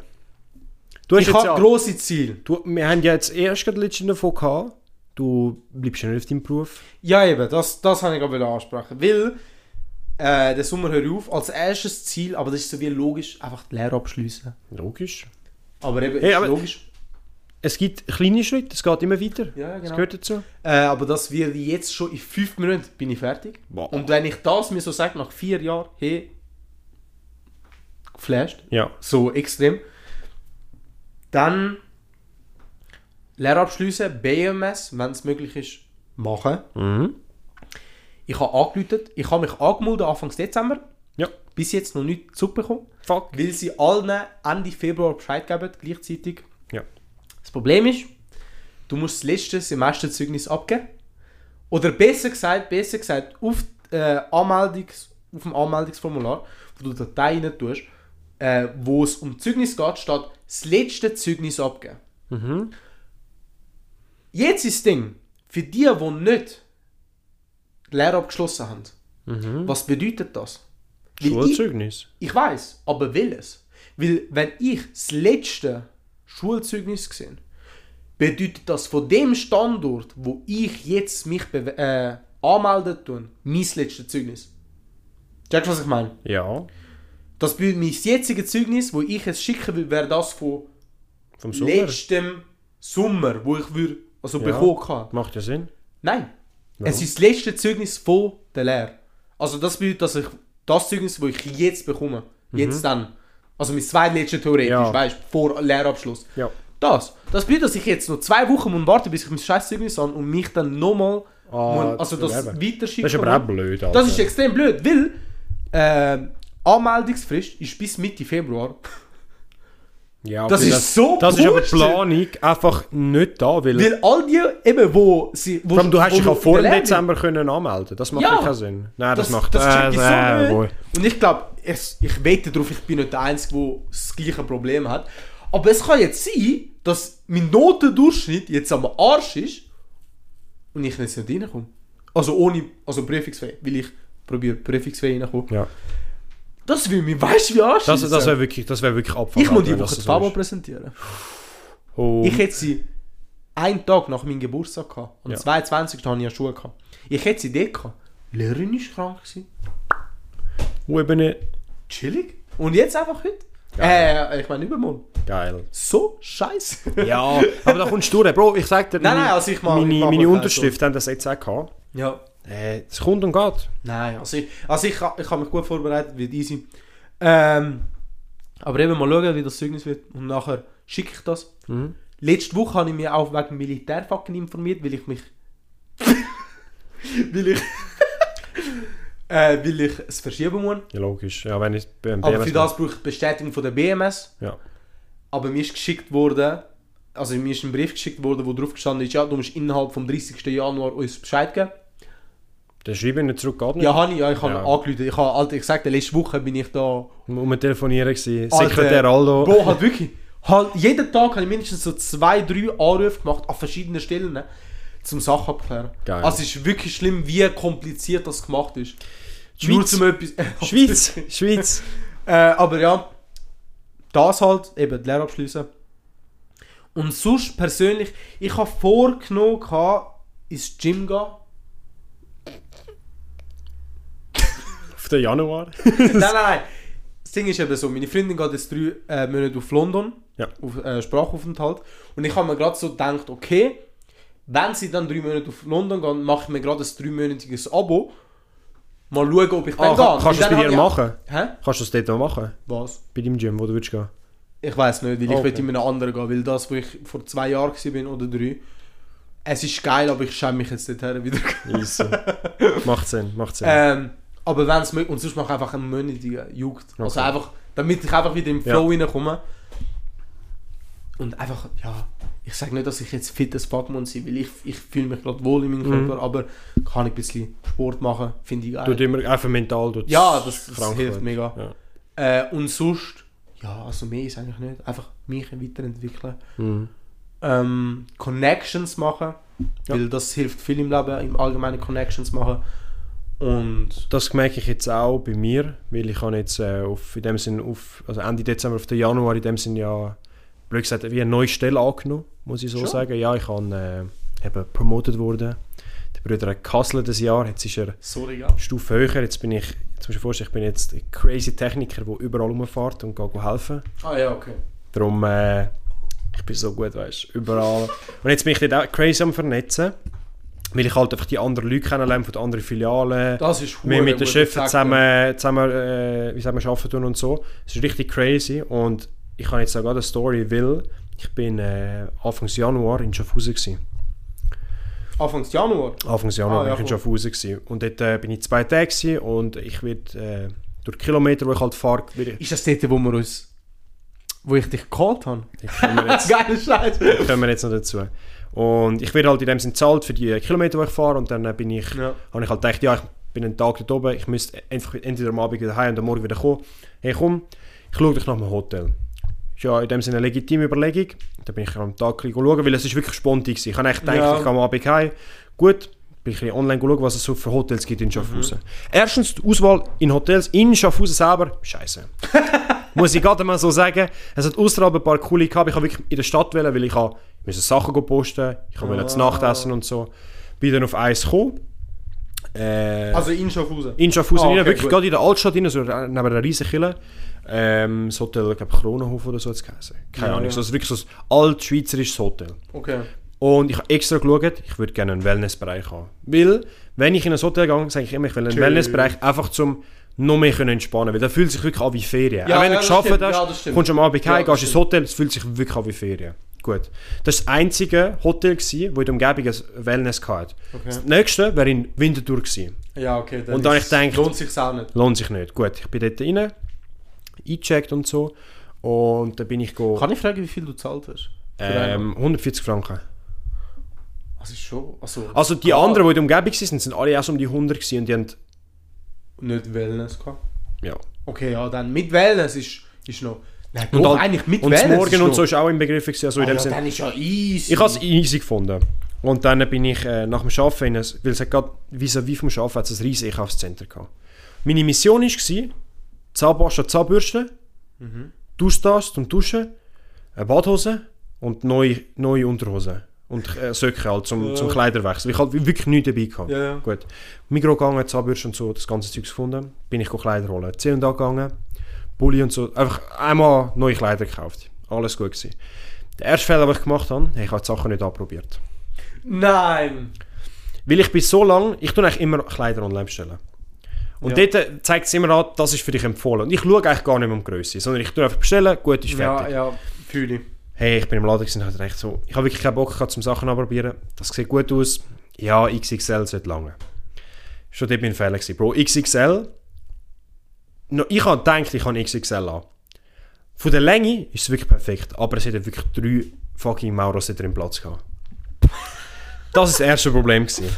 S1: du hast
S2: ich
S1: jetzt
S2: habe
S1: ja-
S2: grosse Ziele.
S1: Du, wir haben ja jetzt erst gerade letztens davon gehabt, du bleibst ja nicht auf deinem Beruf.
S2: Ja, eben, das, das habe ich gerade ansprechen. Weil, äh, der Sommer hört auf, als erstes Ziel, aber das ist so wie logisch, einfach die Lehre abschließen.
S1: Logisch.
S2: Aber eben,
S1: Hey,
S2: ist
S1: aber-
S2: logisch.
S1: Es gibt kleine Schritte, es geht immer weiter.
S2: Ja, ja,
S1: Das
S2: genau.
S1: gehört dazu.
S2: Äh, aber das wird jetzt schon in fünf Minuten bin ich fertig.
S1: Wow.
S2: Und wenn ich das mir so sage, nach vier Jahren, hey, geflasht,
S1: Ja.
S2: so extrem, dann Lehre abschliessen, BMS, wenn es möglich ist, machen.
S1: Mhm.
S2: Ich habe angeläutet, ich habe mich angemeldet Anfang Dezember,
S1: Ja.
S2: bis jetzt noch nichts zurückbekommen,
S1: Fuck.
S2: weil sie allen Ende Februar Bescheid geben, gleichzeitig.
S1: Ja.
S2: Das Problem ist, du musst das letzte Semesterzeugnis abgeben. Oder besser gesagt, besser gesagt, auf, die, äh, Anmeldungs, auf dem Anmeldungsformular, wo du die Datei nicht tust, äh, wo es um Zeugnis geht, steht das letzte Zeugnis abgeben. Jetzt ist das Ding, für die, die nicht die Lehre abgeschlossen haben, was bedeutet das? Weil ich-
S1: Schulzeugnis.
S2: ich weiß, aber will es. Weil, wenn ich das letzte Schulzeugnis gesehen bedeutet das von dem Standort, wo ich jetzt mich bewe- äh, anmelden tun, mein letztes Zeugnis. Checkst du, was ich meine?
S1: Ja,
S2: Das bedeutet, mein jetziges Zeugnis, wo ich es schicken will, wäre das von
S1: vom Sommer.
S2: letztem Sommer, wo ich würde, also
S1: Ja.
S2: bekommen habe.
S1: Macht ja Sinn.
S2: Nein. Es ist das letzte Zeugnis von der Lehre. Also das bedeutet, dass ich das Zeugnis, das ich jetzt bekomme, jetzt dann, also mein zweitletztes theoretisch,
S1: Mhm. Ja.
S2: weißt du, vor Lehrabschluss.
S1: Ja.
S2: Das. Das bedeutet, dass ich jetzt noch zwei Wochen muss warten bis ich mein scheiß Zeugnis habe und mich dann nochmal,
S1: Ah,
S2: muss- also das
S1: bewerben.
S2: weiterschicken
S1: Das ist aber
S2: muss.
S1: auch blöd, Alter.
S2: Das ist extrem blöd, weil ähm, Anmeldungsfrist ist bis Mitte Februar.
S1: ja,
S2: das
S1: aber
S2: ist so
S1: Das ist aber die
S2: Bullshit.
S1: Planung einfach nicht da, weil...
S2: Weil all die, eben, wo sie... Wo,
S1: Vor allem, du hast
S2: wo
S1: dich auch vor dem
S2: in der Lehre bist.
S1: Dezember können anmelden Das macht
S2: Ja.
S1: ja keinen Sinn. Nein, das,
S2: Das,
S1: macht...
S2: das check ich so
S1: äh,
S2: nicht.
S1: wohl.
S2: Und ich glaube, es- ich wette darauf, ich bin nicht der Einzige, der das gleiche Problem hat. Aber es kann jetzt sein, dass mein Notendurchschnitt jetzt am Arsch ist und ich jetzt nicht reinkomme. Also ohne, also prüfungsfähig, weil ich probiere prüfungsfähig reinkomme.
S1: Ja.
S2: Das will mir, weißt du, wie Arsch
S1: Das, das wäre wirklich, das wär wirklich abfall.
S2: Ich muss die
S1: wenn
S2: Woche
S1: das
S2: die
S1: so
S2: Babo
S1: ist.
S2: präsentieren.
S1: Oh.
S2: Ich hätte sie einen Tag nach meinem Geburtstag gehabt. Am
S1: Ja.
S2: 22. hatte ich ja Schule gehabt. Ich hätte sie dort gehabt. Die Lehrerin ist krank gewesen.
S1: Oh, eben nicht.
S2: Chillig. Und jetzt einfach heute. Äh, ich meine übermorgen.
S1: Geil.
S2: So scheiße.
S1: Ja, aber da kommst du durch. Bro, ich sag dir,
S2: Nein,
S1: meine,
S2: nein, also ich mach-
S1: meine,
S2: ich mach
S1: meine
S2: mal
S1: Unterschrift haben das jetzt auch gehabt.
S2: ja.
S1: Äh, Es kommt und geht.
S2: Nein, also ich, also ich, ha- ich habe mich gut vorbereitet, wird easy. Ähm, aber eben mal schauen, wie das Zeugnis wird. Und nachher schicke ich das. Letzte Woche habe ich mich auch wegen Militärfacken informiert, weil ich mich. weil ich. äh, weil ich es verschieben muss.
S1: Ja, logisch. Ja, wenn ich beim
S2: Aber
S1: BMS
S2: für das brauche ich die Bestätigung von der BMS.
S1: Ja.
S2: Aber mir ist geschickt worden, also mir ist ein Brief geschickt worden, wo drauf gestanden ist, ja, du musst innerhalb vom 30. Januar uns Bescheid geben.
S1: Dann schreibe ich nicht zurück, geht nicht.
S2: Ja, habe ich, ja, ich habe
S1: Ja.
S2: angerufen. Ich habe, Alter, ich sagte, letzte Woche bin ich da...
S1: Und wir telefonieren gewesen.
S2: Alter,
S1: Sekretär Aldo.
S2: Bro, halt wirklich. Halt, jeden Tag habe ich mindestens so zwei, drei Anrufe gemacht, an verschiedenen Stellen, ne, zum Sachen abklären.
S1: Geil.
S2: Also es ist wirklich schlimm, wie kompliziert das gemacht ist. Nur
S1: Schweiz.
S2: zum etwas...
S1: Schweiz. Schweiz.
S2: Äh, aber ja, das halt, eben die Lehre abschliessen. Und sonst persönlich, ich habe vorgenommen, gehabt, ins Gym gehen.
S1: Auf den Januar.
S2: nein, nein, nein. Das Ding ist eben so, meine Freundin geht jetzt drei äh, Monate auf London,
S1: Ja.
S2: auf äh, Sprachaufenthalt. Und ich habe mir gerade so gedacht, okay, wenn sie dann drei Monate auf London gehen, mache ich mir gerade ein dreimonatiges Abo. Mal schauen, ob ich
S1: Ah,
S2: dann
S1: kann,
S2: gehe.
S1: kannst du
S2: Und
S1: das bei
S2: dann
S1: dir
S2: habe
S1: machen?
S2: ich- Hä?
S1: Kannst du das dort noch machen?
S2: Was?
S1: Bei deinem Gym, wo du willst gehen?
S2: Ich weiß nicht, weil ich
S1: Okay.
S2: will in einen anderen gehen, weil das, wo ich vor zwei Jahren gewesen bin oder drei, es ist geil, aber ich schäme mich jetzt nicht her wieder.
S1: Easy. macht Sinn, macht Sinn.
S2: ähm, aber wenn es möglich und sonst mache ich einfach einen monatigen Jugend. Also
S1: Okay.
S2: einfach, damit ich einfach wieder im
S1: Ja.
S2: Flow reinkomme. Und einfach, ja, ich sage nicht, dass ich jetzt fit als Fuck muss sein, weil ich, ich fühle mich gerade wohl in meinem
S1: Mhm.
S2: Körper, aber kann ich ein bisschen Sport machen, finde ich geil.
S1: Tut immer einfach mental tut's
S2: Ja, das, das
S1: krank
S2: hilft
S1: wird.
S2: mega.
S1: Ja.
S2: Äh, und sonst, ja, also mehr ist eigentlich nicht. Einfach mich weiterentwickeln.
S1: Mhm.
S2: Ähm, Connections machen,
S1: Ja.
S2: weil das hilft viel im Leben, im Allgemeinen Connections machen. Und
S1: Das merke ich jetzt auch bei mir, weil ich habe jetzt äh, auf, in dem Sinn auf, also Ende Dezember auf den Januar in dem Sinn ja, blöd gesagt, wie eine neue Stelle angenommen, muss ich so
S2: Schon?
S1: sagen. Ja, ich habe äh, eben promotet worden. Der Bruder hat gehustelt ein Jahr, jetzt ist er eine
S2: sorry, ja.
S1: Stufe höher, jetzt bin ich, jetzt musst du dir vorstellen, ich bin jetzt ein crazy Techniker, der überall rumfährt und geht helfen.
S2: Ah ja, okay.
S1: Darum, äh, ich bin so gut, weißt du, überall. Und jetzt bin ich dort auch crazy am Vernetzen, weil ich halt einfach die anderen Leute kennenlerne von den anderen Filialen.
S2: Das ist
S1: Wir
S2: hure
S1: mit den
S2: gut
S1: Schiffen
S2: gesagt,
S1: zusammen, zusammen äh, wie sagen wir, arbeiten tun und so. Es ist richtig crazy und ich habe jetzt auch gerade eine Story, weil ich bin äh, Anfangs Januar in Schaffhausen gewesen.
S2: ja. Anfangs Januar.
S1: Anfangs Januar
S2: Ah,
S1: bin
S2: ja,
S1: ich in
S2: cool.
S1: Schaffhausen gewesen. und dort äh, bin ich zwei Tage gewesen und ich werde äh, durch die Kilometer, wo ich halt fahre, werde ich...
S2: Ist das dort, wo wir uns. wo ich dich geholt habe?
S1: Jetzt kommen wir jetzt-
S2: Geile Scheiße!
S1: kommen wir jetzt noch dazu. Und ich werde halt in dem Sinn zahlt für die äh, Kilometer, die ich fahre und dann äh, bin ich...
S2: Ja.
S1: habe ich halt gedacht, ja, ich bin einen Tag dort oben, ich müsste einfach entweder am Abend wieder heim und am Morgen wieder kommen. Hey, komm, ich schaue dich nach dem Hotel. Ist ja in dem Sinne eine legitime Überlegung. Da bin ich am Tag ein bisschen schauen, weil es ist wirklich spontan gewesen. Ich habe eigentlich gedacht,
S2: Ja.
S1: ich gehe am Abend heim. Gut, bin ich ein bisschen online schauen, was es so für Hotels
S2: Mhm.
S1: gibt in Schaffhausen. Erstens, die Auswahl in Hotels in Schaffhausen selber, scheiße. Muss ich gerade mal so sagen. Es hat außerhalb ein paar coole gehabt. Ich habe wirklich in der Stadt wählen, weil ich habe müssen Sachen go posten, ich wollte
S2: Ah.
S1: oh. zu Nacht essen und so. Bin dann auf eins gekommen. Äh,
S2: Also in Schaffhausen.
S1: in Schaffhausen,
S2: Ah,
S1: rein,
S2: okay,
S1: wirklich
S2: gut.
S1: gerade in dus der Altstadt rein, so neben einer riesen Kille. Ähm, das Hotel, glaube ich, Kronenhof oder so hat es geheißen. Keine
S2: Ja,
S1: Ahnung,
S2: ja.
S1: so, es ist wirklich so ein altschweizerisches Hotel.
S2: Okay.
S1: Und ich habe extra geschaut, ich würde gerne einen Wellnessbereich haben. Weil, wenn ich in ein Hotel gehe, sage ich immer, ich will einen
S2: Tschö.
S1: Wellnessbereich, einfach zum noch mehr können entspannen Weil der fühlt sich wirklich an wie Ferien.
S2: Ja,
S1: Auch wenn
S2: ja,
S1: du
S2: das
S1: geschafft
S2: stimmt. Ja, das
S1: hast,
S2: stimmt.
S1: kommst du am Abend
S2: Ja,
S1: heim,
S2: das
S1: gehst ins
S2: stimmt.
S1: Hotel, es fühlt sich wirklich an wie Ferien. Gut. Das war das einzige Hotel, gewesen, wo in der Umgebung ein Wellness hatte.
S2: okay.
S1: Das nächste wäre in Winterthur gewesen.
S2: Ja, okay.
S1: Und dann
S2: ist-
S1: ich denke-
S2: Lohnt sich auch nicht.
S1: Lohnt sich nicht. Gut, ich bin dort rein, eingecheckt und so. Und dann bin ich go,
S2: Kann ich fragen, wie viel du gezahlt hast?
S1: ähm, 140 Franken.
S2: Also ist schon. Also,
S1: Also die
S2: Ah,
S1: anderen, die in der Umgebung waren, sind alle erst um die 100 gewesen und die haben,
S2: Nicht Wellness gehabt.
S1: ja,
S2: Okay, ja, dann mit Wellness ist, ist noch. Nein,
S1: Und
S2: doch,
S1: dann-
S2: eigentlich mit
S1: und das
S2: Wellness.
S1: Morgen
S2: ist
S1: und
S2: noch-
S1: so ist auch im Begriff. Gewesen, also in
S2: Ah,
S1: dem
S2: ja,
S1: Sinn,
S2: dann ist ja easy.
S1: ich habe es easy gefunden. Und dann bin ich äh, nach dem Arbeiten, in ein, weil es hat gerade vis-à-vis vom Arbeiten hat's ein riesiges Einkaufszentrum gehabt. Meine Mission war, Zahnpasta, Zahnbürste,
S2: Mhm.
S1: du austastet und duschen, eine Badhose und neue, neue Unterhose. Und äh, Socken halt zum,
S2: Ja.
S1: zum Kleiderwechsel. Ich hatte wirklich nichts dabei. Gehabt.
S2: Ja, ja.
S1: Gut. Migros gegangen, Zahnbürste und so, das ganze Zeug gefunden. Bin ich go Kleider holen. C&A gegangen, Pulli und so. Einfach einmal neue Kleider gekauft. Alles gut gewesen. Der erste Fehler, den ich gemacht habe, ich habe die Sachen nicht anprobiert.
S2: Nein!
S1: Weil ich bin so lang, ich tue eigentlich immer Kleider online bestellen. Und
S2: Ja.
S1: dort zeigt es immer an, das ist für dich empfohlen. Und ich schaue eigentlich gar nicht mehr um die Größe, sondern ich tue einfach bestellen, gut ist fertig.
S2: Ja, ja, fühle ich.
S1: Hey, ich bin im Laden gewesen und habe gedacht, so, ich habe wirklich keinen Bock gehabt, zum Sachen anprobieren. Das sieht gut aus. Ja, XXL sollte lange. Schon dort bin ich Fehler gewesen. Bro, XXL. No, ich habe gedacht, ich habe XXL an. Von der Länge ist es wirklich perfekt, aber es hätte wirklich drei fucking Mauros drin Platz gehabt. Das ist das erste Problem gewesen.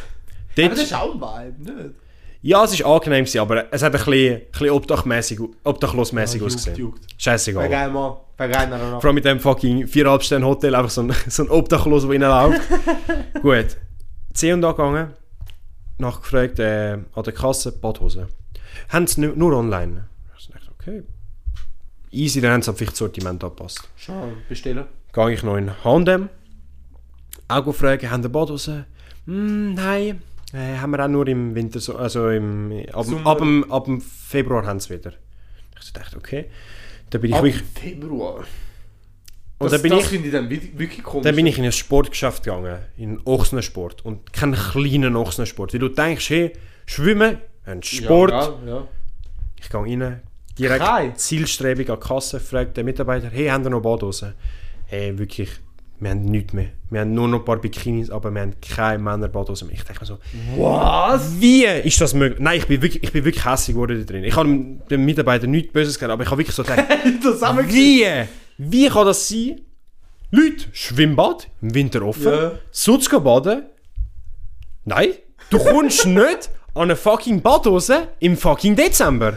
S1: Dort-
S2: Aber das ist auch ein Vibe, nicht?
S1: ja, es war angenehm, gewesen, aber es hat ein bisschen, bisschen obdachmässig, obdachlosmässig
S2: Ja, juckt,
S1: ausgesehen.
S2: juckt.
S1: Scheißegal.
S2: Wegen einmal, wegen einer noch.
S1: Vor allem mit dem fucking viereinhalb Sterne Hotel, einfach so ein, so ein Obdachloser, der reinläuft. Gut. C und A gegangen, nachgefragt äh, an der Kasse, Badhose. Haben sie nur online? Ich dachte, okay. Easy, dann haben sie vielleicht das Sortiment angepasst.
S2: Schon, bestellen.
S1: Gehe ich noch in H&M, auch gefragt, haben sie Badhose? Hm, nein, äh, haben wir auch nur im Winter, so- also im, ab, dem-
S2: Sommer.
S1: ab, dem, ab dem Februar haben sie wieder. Ich dachte, okay. Dann bin ich,
S2: Ab
S1: wirklich-
S2: Februar.
S1: und
S2: das
S1: dann bin
S2: das
S1: ich
S2: finde ich dann wi- wirklich komisch.
S1: Dann bin ich in ein Sportgeschäft gegangen, in einen Sport und keinen kleinen Ochsensport. Weil du denkst, hey, Schwimmen, ein Sport.
S2: Ja, ja, ja.
S1: Ich gehe rein, direkt
S2: Kein.
S1: zielstrebig an die Kasse, frage den Mitarbeiter, hey, haben wir noch Badhosen? Hey, wirklich, wir haben nichts mehr. Wir haben nur noch ein paar Bikinis, aber wir haben keine Männerbadhosen mehr. Ich denke mir so,
S2: Was?
S1: wie ist das möglich? Nein, ich bin wirklich, ich bin wirklich hässlich geworden da drin. Ich habe dem- dem Mitarbeiter nichts Böses gesagt, aber ich habe wirklich so gedacht,
S2: das haben wir gesehen.
S1: wie? Wie kann das sein? Leute, Schwimmbad, im Winter offen,
S2: Ja.
S1: Sutzka baden. Nein, du kommst nicht an eine fucking Badhose im fucking Dezember.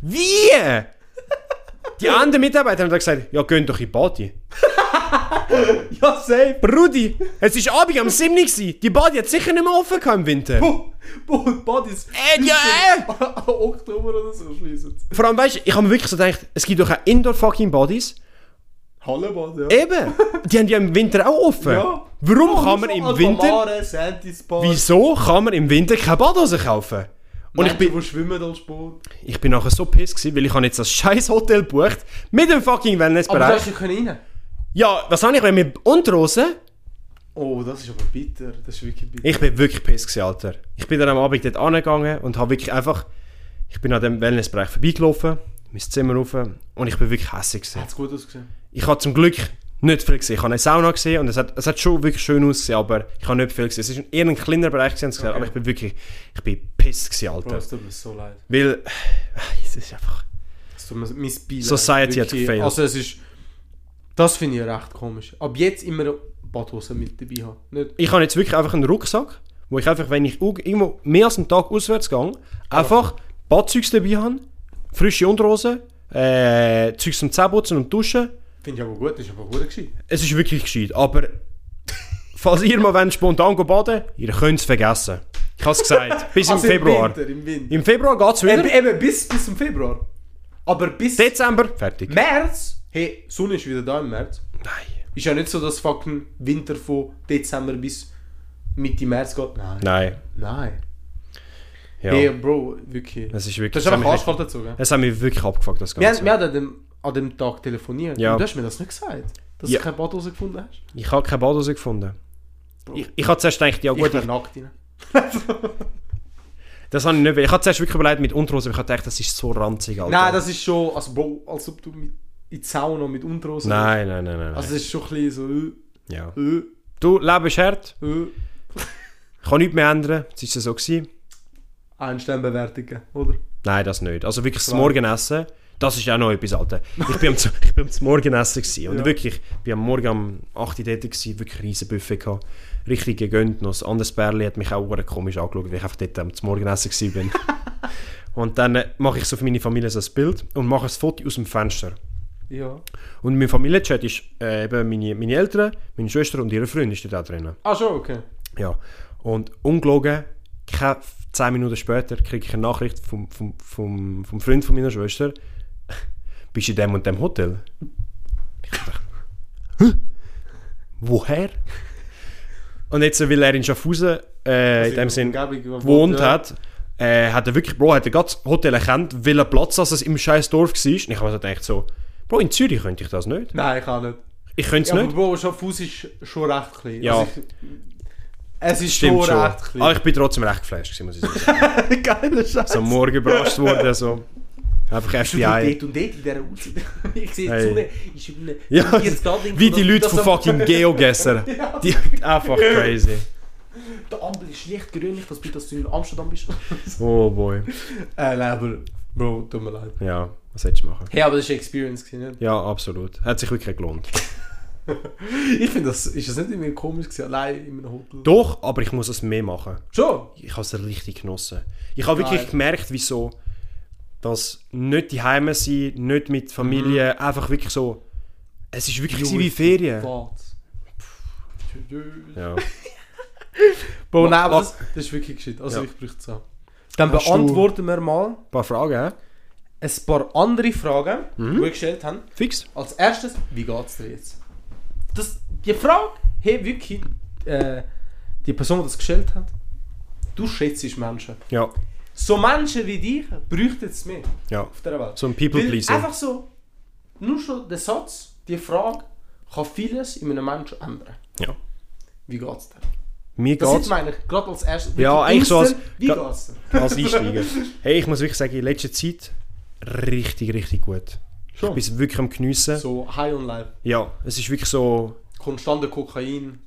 S1: Wie? Die anderen Mitarbeiter haben dann gesagt, ja, geh doch in die Party.
S2: Ja, safe.
S1: Brudi, es ist Abend am 7. gsi. Die Party hat sicher nicht mehr offen gehabt im Winter.
S2: Boah, boah, Bodies.
S1: Äh, ja, äh.
S2: Oktober oder so schließen.
S1: Vor allem, weißt du, ich habe mir wirklich so gedacht, es gibt doch auch Indoor-Fucking-Bodies.
S2: Hallenbad, ja.
S1: Eben, die haben ja im Winter auch offen.
S2: Ja.
S1: Warum
S2: Oh,
S1: kann man
S2: so
S1: im
S2: Alpamare,
S1: Winter...
S2: Santisbad.
S1: Wieso kann man im Winter keine Badhose kaufen? Und ich
S2: Menschen,
S1: bin,
S2: die schwimmen als Sport.
S1: ich bin nachher so pissed gewesen, weil ich habe jetzt das scheiß Hotel gebucht mit dem fucking
S2: Aber da
S1: Wellnessbereich.
S2: hast du können rein.
S1: Ja, was habe ich wenn mit Unterhosen?
S2: Oh, das ist aber bitter. Das ist wirklich bitter.
S1: Ich bin wirklich pissed gewesen, Alter. Ich bin dann am Abend dort angegangen und habe wirklich einfach, ich bin an dem Wellnessbereich vorbeigelaufen, mein Zimmer rauf und ich bin wirklich hässlich gewesen.
S2: Hat's gut ausgesehen.
S1: Ich habe zum Glück nicht viel gesehen. Ich habe eine Sauna gesehen und es hat, es hat schon wirklich schön ausgesehen, aber ich habe nicht viel gesehen. Es ist eher ein kleiner Bereich, gewesen, haben sie gesagt,
S2: Okay.
S1: aber ich bin wirklich, ich bin pissed gewesen,
S2: Bro,
S1: Alter.
S2: es tut mir so leid.
S1: Weil, es ist einfach...
S2: Es tut mir mein Beileid.
S1: Society hat
S2: Wirklich.
S1: gefailt.
S2: Also es ist... Das finde ich recht komisch. Ab jetzt immer Badhose mit dabei haben. Nicht...
S1: ich habe jetzt wirklich einfach einen Rucksack, wo ich einfach, wenn ich ug- irgendwo mehr als einen Tag auswärts gehe, einfach Badzeugs dabei habe, frische Unterhosen, äh, Zeugs zum Zähneputzen und Duschen.
S2: Finde ich aber gut. Ist aber gut gescheit.
S1: Es ist wirklich gescheit, aber falls ihr mal wollt, spontan go baden ihr könnt es vergessen. Ich habe es gesagt, bis
S2: Also
S1: im Februar.
S2: Im Winter, Äh, im Winter.
S1: Im Februar geht es
S2: Eben,
S1: wieder,
S2: eben bis, bis zum Februar. Aber bis
S1: Dezember, fertig.
S2: März... Hey, Sonne ist wieder da im März.
S1: Nein.
S2: Ist ja nicht so, dass fucking Winter von Dezember bis Mitte März geht. Nein.
S1: Nein.
S2: Nein.
S1: Ja.
S2: Hey, Bro, wirklich.
S1: Es ist wirklich.
S2: Das
S1: Das
S2: ist
S1: haben
S2: einfach
S1: mich,
S2: Arschkalt dazu, gell?
S1: es hat mich wirklich abgefuckt, das
S2: Wir
S1: Ganze.
S2: haben, wir haben an, dem, an dem Tag telefoniert.
S1: Ja.
S2: Und du hast mir das nicht gesagt, dass
S1: Ja.
S2: du keine Badhose gefunden hast.
S1: Ich habe keine Badhose gefunden.
S2: Bro.
S1: Ich, ich habe zuerst gedacht, ja
S2: ich
S1: gut,
S2: wär
S1: ich,
S2: nackt rein.
S1: das habe ich nicht. will. Ich habe zuerst wirklich überlegt mit Unterhose, aber ich habe gedacht, das ist so ranzig, Alter.
S2: Nein, das ist schon, also Bro, als ob du mit, in die Sauna mit Unterhosen
S1: Nein, nein, nein, nein. nein.
S2: Also es ist schon ein bisschen
S1: ja.
S2: so, äh,
S1: Du, Leben ist hart.
S2: äh, äh.
S1: Ich kann nichts mehr ändern. Es ist ja so gewesen.
S2: Ein Sternbewertung, geben, oder?
S1: Nein, das nicht. Also wirklich das
S2: Klar.
S1: Morgenessen, das ist auch noch etwas, Alter. Ich bin am, Z- ich bin am Z- Morgenessen gewesen. und
S2: Ja.
S1: wirklich, ich bin am Morgen um 8 Uhr dort gewesen, wirklich riesen Buffet gehabt. Richtig gegönnt noch. Ein anderes Bärli hat mich auch verdammt komisch angeschaut, weil ich einfach dort am Morgenessen gewesen bin. und dann äh, mache ich so für meine Familie so ein Bild und mache ein Foto aus dem Fenster.
S2: Ja.
S1: Und mein Familienchat ist äh, eben meine, meine Eltern, meine Schwester und ihre Freundin ist da drin.
S2: Ah schon, okay.
S1: Ja. Und ungelogen, keine 10 Minuten später kriege ich eine Nachricht vom, vom, vom, vom Freund von meiner Schwester. Bist du in dem und dem Hotel? Ich dachte, «Hä? Woher? Und jetzt, weil er in Schaffhausen
S2: Also
S1: äh, in dem Sinn gewohnt hat, äh, hat er wirklich, Bro, hat er das Hotel erkannt, welchen Platz das es im scheiß Dorf war. Und ich habe mir so gedacht, so, Bro, in Zürich könnte ich das nicht.
S2: Nein, ich kann nicht.
S1: Ich könnte es
S2: Ja, aber
S1: nicht.
S2: Bro, Schaffhaus ist schon recht klein.
S1: Ja.
S2: Also ich, es ist
S1: Stimmt
S2: schon,
S1: schon.
S2: recht klein.
S1: Aber ich bin trotzdem recht geflasht, gewesen, muss ich sagen.
S2: Geiler Scheiß.
S1: so am Morgen überrascht wurde. So. Einfach
S2: Bist du nur
S1: FBI.
S2: dort und dort in dieser Uhrzeit? ich sehe
S1: Hey.
S2: die Sonne, ist in einem
S1: Ja,
S2: jetzt da links
S1: wie
S2: und
S1: die
S2: dann-
S1: Leute
S2: das
S1: von
S2: am-
S1: fucking Geogesser.
S2: Ja.
S1: Die einfach crazy.
S2: Die Ampel ist nicht grünlich, das bedeutet, dass du in Amsterdam bist.
S1: Oh boy.
S2: äh, nein, aber Bro, tut mir leid.
S1: Ja, was hättest du machen?
S2: Hey, aber das war eine Experience, gewesen, nicht?
S1: Ja, absolut. Hat sich wirklich gelohnt.
S2: Ich finde, das ist das nicht irgendwie komisch gewesen, allein in einem Hotel.
S1: Doch, aber ich muss es mehr machen.
S2: Schon?
S1: Ich habe es richtig genossen. Ich habe wirklich
S2: Geil.
S1: gemerkt, wieso das nicht die Heime sein, nicht mit Familie,
S2: Mhm.
S1: einfach wirklich so. Es ist wirklich gewesen wie Ferien.
S2: Wart.
S1: Ja.
S2: Bro,
S1: Ma-
S2: nein, aber
S1: ma-
S2: das, das ist wirklich gescheit. Also
S1: Ja.
S2: ich brüche es auch. Dann
S1: Hast du-
S2: beantworten wir mal
S1: Ein paar Fragen, hä?
S2: ein paar andere Fragen, die wir gestellt haben.
S1: Fix.
S2: Als erstes, wie geht's dir jetzt? Das, die Frage, hey, wirklich, äh, die Person, die das gestellt hat, du schätzt Menschen.
S1: Ja.
S2: So Menschen wie dich bräuchten es mehr
S1: Ja.
S2: auf der Welt.
S1: So ein People
S2: Weil
S1: Pleaser.
S2: Einfach so, nur schon der Satz, die Frage, kann vieles in einem Menschen ändern.
S1: Ja.
S2: Wie geht's dir?
S1: Mir
S2: Das
S1: geht's.
S2: jetzt meine ich, gerade als erstes.
S1: Ja,
S2: wirklich
S1: eigentlich so als-
S2: instant, Wie
S1: ga-
S2: geht's dir?
S1: als Einsteiger. Hey, ich muss wirklich sagen, in letzter Zeit richtig, richtig gut. Ich
S2: Schon.
S1: bin es wirklich am Geniessen.
S2: So high on life,
S1: Ja, es ist wirklich so...
S2: konstante Kokain.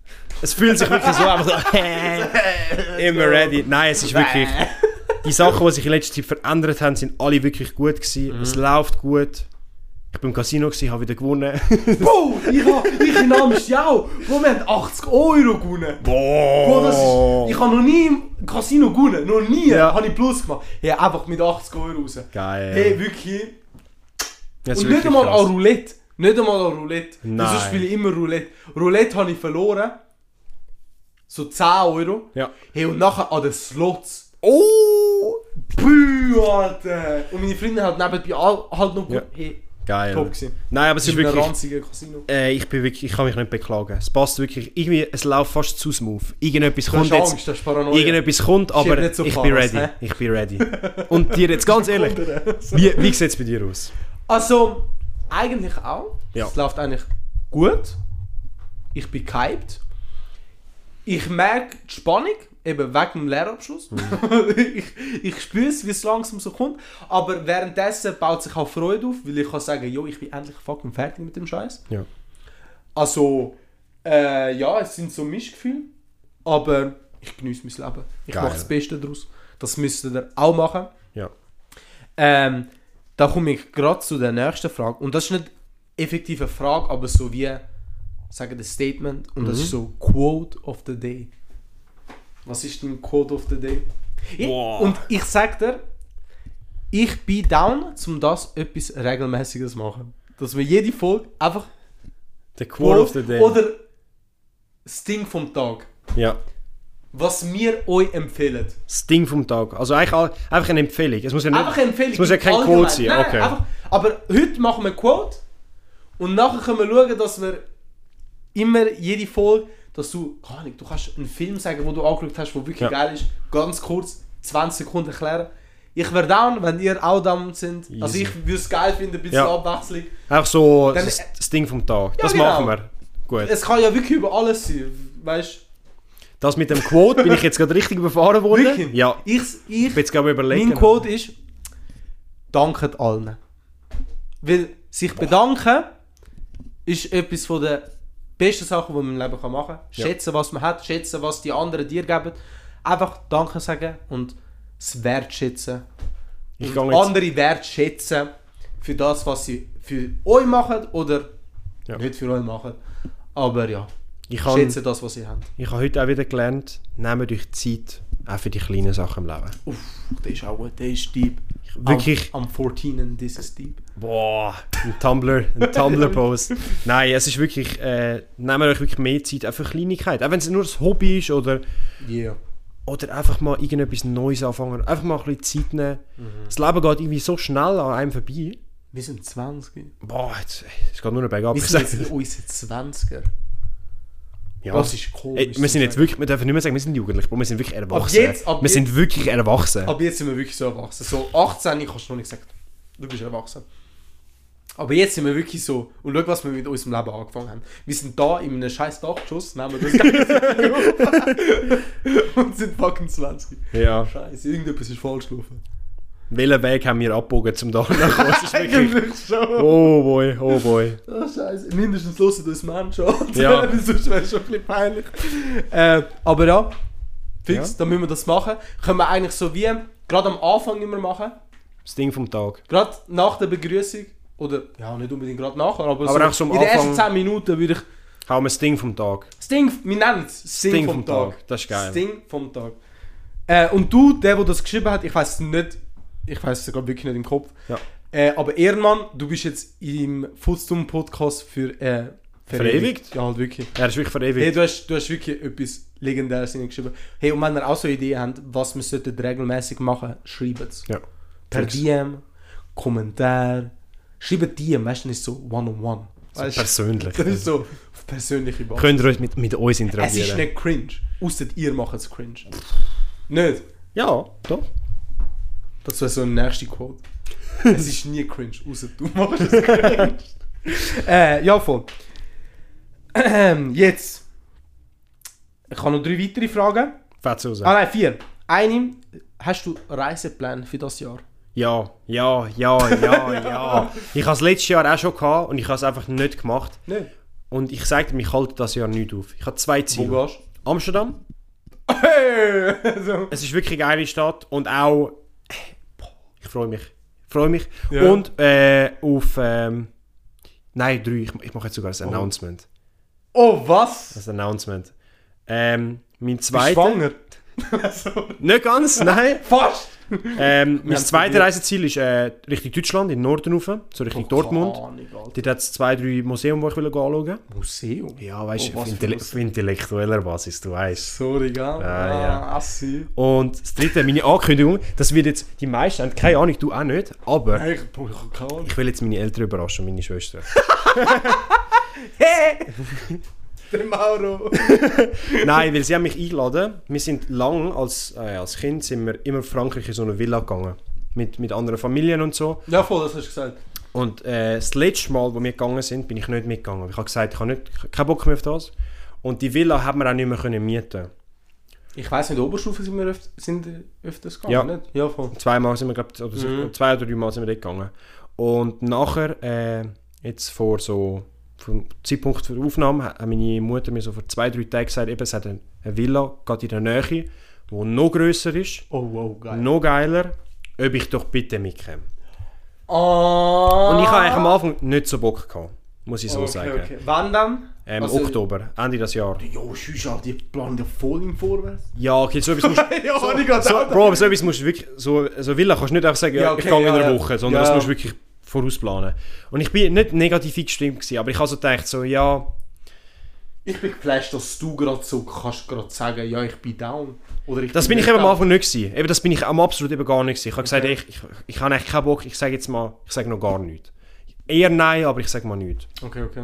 S1: Es fühlt sich wirklich so einfach so... immer ready. Nein, es ist wirklich...
S2: Äh,
S1: Die Sachen, die sich in letzter Zeit verändert haben, sind alle wirklich gut gewesen. Es läuft gut. Ich bin im Casino, gewesen, habe wieder gewonnen.
S2: Bro, ich hab, ich in Amsterdam, wo wir haben 80 Euro gewonnen.
S1: Boah!
S2: Bro, das ist, ich habe noch nie im Casino gewonnen, noch nie
S1: Oh. Ja.
S2: habe ich Plus gemacht. Hey, einfach mit 80 Euro raus.
S1: Geil.
S2: Hey, wirklich.
S1: Das ist
S2: Und
S1: wirklich
S2: nicht einmal
S1: krass.
S2: an Roulette. Nicht einmal an Roulette.
S1: Nein.
S2: Sonst spiele ich immer Roulette. Roulette habe ich verloren. So 10 Euro.
S1: Ja.
S2: Hey, und nachher an den Slots.
S1: Oh!
S2: Puh, Alter. Und meine Freundin hat nebenbei all- halt noch...
S1: Ja.
S2: Hey,
S1: Geil.
S2: Top gewesen.
S1: Nein, aber es
S2: das
S1: ist
S2: ist in einem
S1: wirklich...
S2: ranzigen Casino.
S1: Äh, ich bin wirklich... Ich kann mich nicht beklagen. Es passt wirklich... Irgendwie, es läuft fast zu smooth. Irgendetwas
S2: Du hast
S1: kommt jetzt...
S2: Angst, das ist Paranoia.
S1: irgendetwas kommt, aber
S2: nicht so
S1: ich
S2: Chaos,
S1: bin ready.
S2: hä?
S1: Ich bin ready. Und dir jetzt ganz ehrlich, wie, wie sieht es bei dir aus?
S2: Also, eigentlich auch.
S1: Ja.
S2: Es läuft eigentlich gut. Ich bin gehypt. Ich merke die Spannung, eben wegen dem Lehrabschluss.
S1: Mhm.
S2: ich ich spüre es, wie es langsam so kommt. Aber währenddessen baut sich auch Freude auf, weil ich kann sagen, jo, ich bin endlich fucking fertig mit dem Scheiß.
S1: Ja.
S2: Also, äh, ja, es sind so Mischgefühle. Aber ich genieße mein Leben. Ich
S1: Geil.
S2: mache das Beste daraus. Das müsst ihr auch machen.
S1: Ja.
S2: Ähm, da komme ich gerade zu der nächsten Frage. Und das ist nicht effektiv eine Frage, aber so wie sagen das Statement. Und
S1: Mhm.
S2: das ist so Quote of the Day. Was ist denn Quote of the Day? Ich,
S1: Boah.
S2: und ich sag dir, ich bin down, um das etwas regelmäßiges machen. Dass wir jede Folge einfach
S1: Der Quote of the Day.
S2: oder das Ding vom Tag.
S1: ja.
S2: Was wir euch empfehlen.
S1: Das Ding vom Tag. Also eigentlich all- einfach eine Empfehlung. Es muss ja nicht,
S2: Einfach eine Empfehlung.
S1: Es muss ja kein
S2: allgemein.
S1: Quote sein.
S2: Nein,
S1: okay.
S2: einfach, aber heute machen wir Quote und nachher können wir schauen, dass wir immer jede Folge, dass du, keine Ahnung, du kannst einen Film sagen, wo du angeschaut hast, der wirklich
S1: Ja.
S2: geil ist, ganz kurz, 20 Sekunden erklären. Ich wäre down, wenn ihr auch down sind. Also
S1: Easy.
S2: ich würde es geil finden, ein bisschen
S1: Ja.
S2: Abwechslung.
S1: Einfach so
S2: Dann-
S1: das, das Ding vom Tag. das
S2: genau.
S1: machen wir. Gut.
S2: Es kann ja wirklich über alles sein, weißt
S1: Das mit dem Quote bin ich jetzt gerade richtig befahren worden.
S2: Wirklich?
S1: Ja.
S2: du? Ich, ich,
S1: Ich bin jetzt gerade überlegen.
S2: mein Quote ist, danket allen. Weil sich bedanken ist etwas von der besten Sachen, die man im Leben kann machen kann.
S1: Ja.
S2: Schätzen, was man hat, schätzen, was die anderen dir geben. Einfach Danke sagen und es wertschätzen.
S1: Ich
S2: und
S1: gehe jetzt.
S2: andere wertschätzen für das, was sie für euch machen oder
S1: Ja.
S2: nicht für euch machen. Aber ja,
S1: Ich habe
S2: schätzen das, was ihr habt.
S1: ich habe heute auch wieder gelernt, nehmt euch Zeit, auch für die kleinen Sachen im Leben.
S2: Uff, der ist auch gut, der ist deep.
S1: Wirklich.
S2: Am, am 14. das ist deep.
S1: Boah, ein Tumblr, ein Tumblr-Post. Nein, es ist wirklich, äh, nehmt euch wirklich mehr Zeit, auch für Kleinigkeiten. Auch wenn es nur ein Hobby ist oder,
S2: Yeah.
S1: oder einfach mal irgendetwas Neues anfangen. Einfach mal ein bisschen Zeit nehmen.
S2: Mhm.
S1: Das Leben geht irgendwie so schnell an einem vorbei.
S2: Wir sind 20.
S1: Boah, jetzt, es geht nur noch bergab.
S2: Wir
S1: Ich
S2: sind
S1: sag-
S2: jetzt in unseren 20er.
S1: ja.
S2: Das ist komisch.
S1: Ey, wir
S2: zu
S1: sind jetzt
S2: sagen.
S1: wirklich, wir dürfen nicht mehr sagen, wir sind jugendlich, Bro, wir sind wirklich erwachsen.
S2: jetzt, ab
S1: wir sind wirklich erwachsen.
S2: Aber jetzt sind wir wirklich so erwachsen. So 18 kannst du noch nicht sagen, du bist erwachsen. Aber jetzt sind wir wirklich so. Und schau, was wir mit unserem Leben angefangen haben. Wir sind da in einem scheiß Dachgeschoss, nehmen das Ganze auf und sind fucking 20.
S1: Ja.
S2: Scheiße, irgendetwas ist falsch gelaufen.
S1: Welchen Weg haben wir abgebogen, um da nachzukommen? Das ist wirklich-
S2: schon.
S1: Oh boy, oh boy.
S2: Oh, scheiße. Mindestens hören uns Menschen an.
S1: Ja.
S2: Sonst wäre es schon ein bisschen peinlich. Äh, aber ja, fix,
S1: Ja.
S2: dann müssen wir das machen. Können wir eigentlich so wie gerade am Anfang immer machen.
S1: Das Ding vom Tag.
S2: Gerade nach der Begrüßung. Oder, ja, nicht unbedingt gerade nachher, aber,
S1: Aber auch
S2: so
S1: so am
S2: in den ersten
S1: Anfang-
S2: 10 Minuten würde ich...
S1: Hauen wir das Ding vom Tag.
S2: Das Ding, wir nennen es das Ding
S1: Ding
S2: vom
S1: vom
S2: Tag.
S1: Tag, das ist geil.
S2: Das Ding vom Tag. Äh, und du, der, der das geschrieben hat, ich weiß nicht, ich weiß es sogar wirklich nicht im Kopf,
S1: Ja.
S2: äh, aber Ehrenmann, du bist jetzt im Futstum-Podcast für... Äh,
S1: Verewigt?
S2: Ja, halt wirklich.
S1: Er ist wirklich verewigt.
S2: Hey, du hast, du hast wirklich etwas Legendäres hingeschrieben. Hey, und wenn ihr auch so Ideen habt, was wir sollten regelmäßig machen, schreibt es.
S1: Ja.
S2: Per
S1: Fix.
S2: DM, Kommentar. Schreibt DM, weißt du, nicht so one-on-one.
S1: So
S2: Weißt du,
S1: persönlich.
S2: das ist so auf persönliche Basis.
S1: Könnt ihr euch mit, mit uns
S2: Es ist
S1: interagieren?
S2: nicht cringe. Ausser ihr macht es cringe. nicht.
S1: Ja, doch.
S2: Das wäre so eine nächste Quote. es ist nie cringe, außer du machst es cringe. äh, ja, voll. Ähm, jetzt. Ich habe noch drei weitere Fragen.
S1: Fetz raus.
S2: Ah nein, vier. Eine, hast du Reisepläne für das Jahr?
S1: Ja, ja, ja, ja, ja. Ich habe es letztes Jahr auch schon gehabt und ich habe es einfach nicht gemacht.
S2: Nein.
S1: Und ich sage dir, mich halte das Jahr nicht auf. Ich habe zwei Ziele.
S2: Wo gehst
S1: Amsterdam.
S2: du? Also, Hey! So.
S1: Es ist wirklich eine geile Stadt und auch. Boah, Ich freue mich. Ich freue mich.
S2: Ja.
S1: Und äh, auf. Ähm, nein, drei. Ich, ich mache jetzt sogar ein Announcement.
S2: Oh, was?
S1: Das Announcement. Ähm, mein
S2: Bist du
S1: zweiter.
S2: schwanger? so.
S1: Nicht ganz, nein.
S2: Fast!
S1: Ähm, mein
S2: haben's
S1: zweites
S2: probiert.
S1: Reiseziel ist äh, Richtung Deutschland, in den Norden rauf, so Richtung Dortmund. Dort hat es zwei, drei Museen, die ich will anschauen will.
S2: Museum?
S1: Ja, weißt du, auf,
S2: Oh, was für
S1: intelle
S2: Museen?
S1: auf intellektueller Basis, du weißt.
S2: Sorry, gell?
S1: Ah, ja.
S2: assi.
S1: Und das dritte, meine Ankündigung, das wird jetzt, die meisten haben keine Ahnung, du auch nicht, aber
S2: Hey, ich brauche keine Ahnung.
S1: Ich will jetzt meine Eltern überraschen, meine Schwester.
S2: Der Mauro.
S1: Nein, weil sie haben mich eingeladen. Wir sind lang als, äh, als Kind sind wir immer in Frankreich in so eine Villa gegangen. Mit, mit anderen Familien und so.
S2: ja, voll, das hast du gesagt.
S1: Und äh, das letzte Mal, wo wir gegangen sind, bin ich nicht mitgegangen. Ich habe gesagt, ich habe nicht, ich habe keinen Bock mehr auf das. Und die Villa haben wir auch nicht mehr können mieten.
S2: Ich weiss nicht, Oberstufe sind wir öf sind äh, öfters
S1: Ja.
S2: gegangen, nicht? Ja, voll.
S1: Zweimal sind wir, glaube ich, oder so-
S2: Mhm.
S1: zwei oder drei Mal sind wir dort gegangen. Und nachher, äh, jetzt vor so, vom Zeitpunkt der Aufnahme, ha- hat meine Mutter mir so vor zwei, drei Tagen gesagt, eben, es hat eine, eine Villa, gerade in der Nähe, die noch grösser ist,
S2: Oh, wow, geil.
S1: noch geiler, ob ich doch bitte mitkomme.
S2: Ah.
S1: Und ich habe eigentlich am Anfang nicht so Bock gehabt, muss ich so
S2: okay,
S1: sagen.
S2: Okay. Wann dann?
S1: Ähm,
S2: Also-
S1: Oktober, Ende des Jahres.
S2: Jo, sonst halt, die planen ja voll im Vorwärts.
S1: Ja, okay, so etwas musst
S2: ja, so, ich gehe
S1: so, Bro, aber so etwas musst du wirklich, so, so Villa kannst du nicht einfach sagen, ja,
S2: Ja, okay,
S1: ich gehe in
S2: ja,
S1: einer
S2: ja.
S1: Woche, sondern
S2: Ja.
S1: das musst du wirklich vorausplanen. Und ich bin nicht negativ gestimmt gewesen, aber ich habe so gedacht, so, ja,
S2: Ich bin geflasht, dass du gerade so kannst gerade sagen, ja, ich bin down. Oder ich
S1: das bin
S2: bin
S1: ich
S2: nicht
S1: eben am
S2: down.
S1: Anfang nicht gewesen. Eben, das bin ich am absolut eben gar nicht gewesen. Ich habe gesagt, ey,
S2: Okay.
S1: ich, ich, ich habe eigentlich keinen Bock, ich sage jetzt mal, ich sage noch gar nichts. Eher nein, aber ich sage mal nichts.
S2: Okay, okay.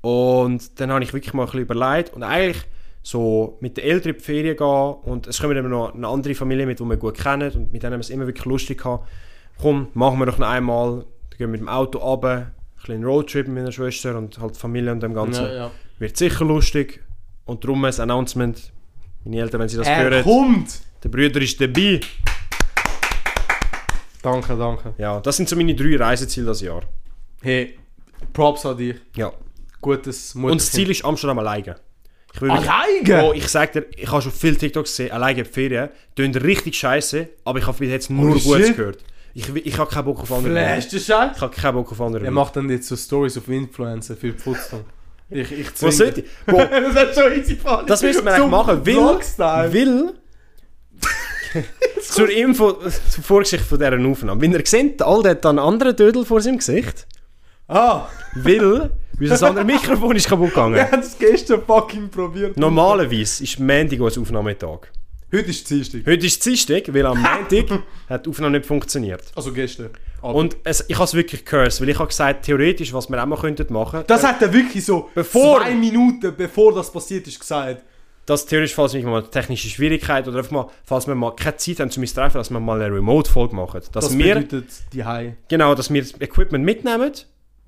S1: Und dann habe ich wirklich mal ein bisschen überlegt und eigentlich so mit den Eltern in die Ferien gehen und es kommt immer noch eine andere Familie mit, die wir gut kennen und mit denen haben wir es immer wirklich lustig gehabt. Komm, machen wir doch noch einmal, dann gehen wir mit dem Auto runter, ein bisschen Roadtrip mit meiner Schwester und halt Familie und dem Ganzen.
S2: Ja, ja.
S1: Wird sicher lustig und darum ein Announcement. Meine Eltern, wenn sie das
S2: Er
S1: hören,
S2: kommt!
S1: der Brüder ist dabei.
S2: Danke, danke.
S1: Ja, das sind so meine drei Reiseziele das Jahr.
S2: Hey, Props an dich.
S1: Ja.
S2: Gutes Mutter.
S1: Und das Ziel ist Amsterdam alleine. Ich will wirklich-
S2: Alleine?
S1: Oh, ich sag dir, ich habe schon viele TikToks gesehen, alleine in die Ferien. Tönt richtig scheiße, aber ich habe bis jetzt nur
S2: Holy
S1: Gutes
S2: shit.
S1: gehört. Ich, will- ich habe keinen Bock auf andere.
S2: Flash,
S1: Leute.
S2: das Scheiß.
S1: Ich habe keinen Bock auf andere.
S2: Er
S1: Leute.
S2: macht dann jetzt so Stories auf Influencer für die Futsal. Ich, ich
S1: Was
S2: zwinge.
S1: sollte ich? Bro,
S2: das hat schon easy gefallen.
S1: das müssen wir eigentlich machen. Will, will zur Info, zur Vorgeschichte von dieser Aufnahme. Wenn ihr seht, all der hat einen anderen Dödel vor seinem Gesicht.
S2: Ah,
S1: Weil unser anderes Mikrofon ist kaputt
S2: wir
S1: gegangen.
S2: haben es gestern fucking probiert.
S1: Normalerweise ist Montag unser Aufnahmetag.
S2: Heute ist Dienstag.
S1: Heute ist Dienstag, weil am Montag hat die Aufnahme nicht funktioniert.
S2: Also gestern. Abend.
S1: Und es, ich habe es wirklich gehört, weil ich habe gesagt, theoretisch, was wir auch mal könnten machen,
S2: das hat er wirklich so
S1: Bevor-
S2: zwei Minuten bevor das passiert ist gesagt.
S1: dass theoretisch, falls wir mal technische Schwierigkeit oder einfach mal, falls wir mal keine Zeit haben, um uns zu treffen, dass wir mal eine Remote-Folge machen. Dass
S2: Das
S1: wir,
S2: bedeutet die Hai.
S1: genau, dass wir das Equipment mitnehmen.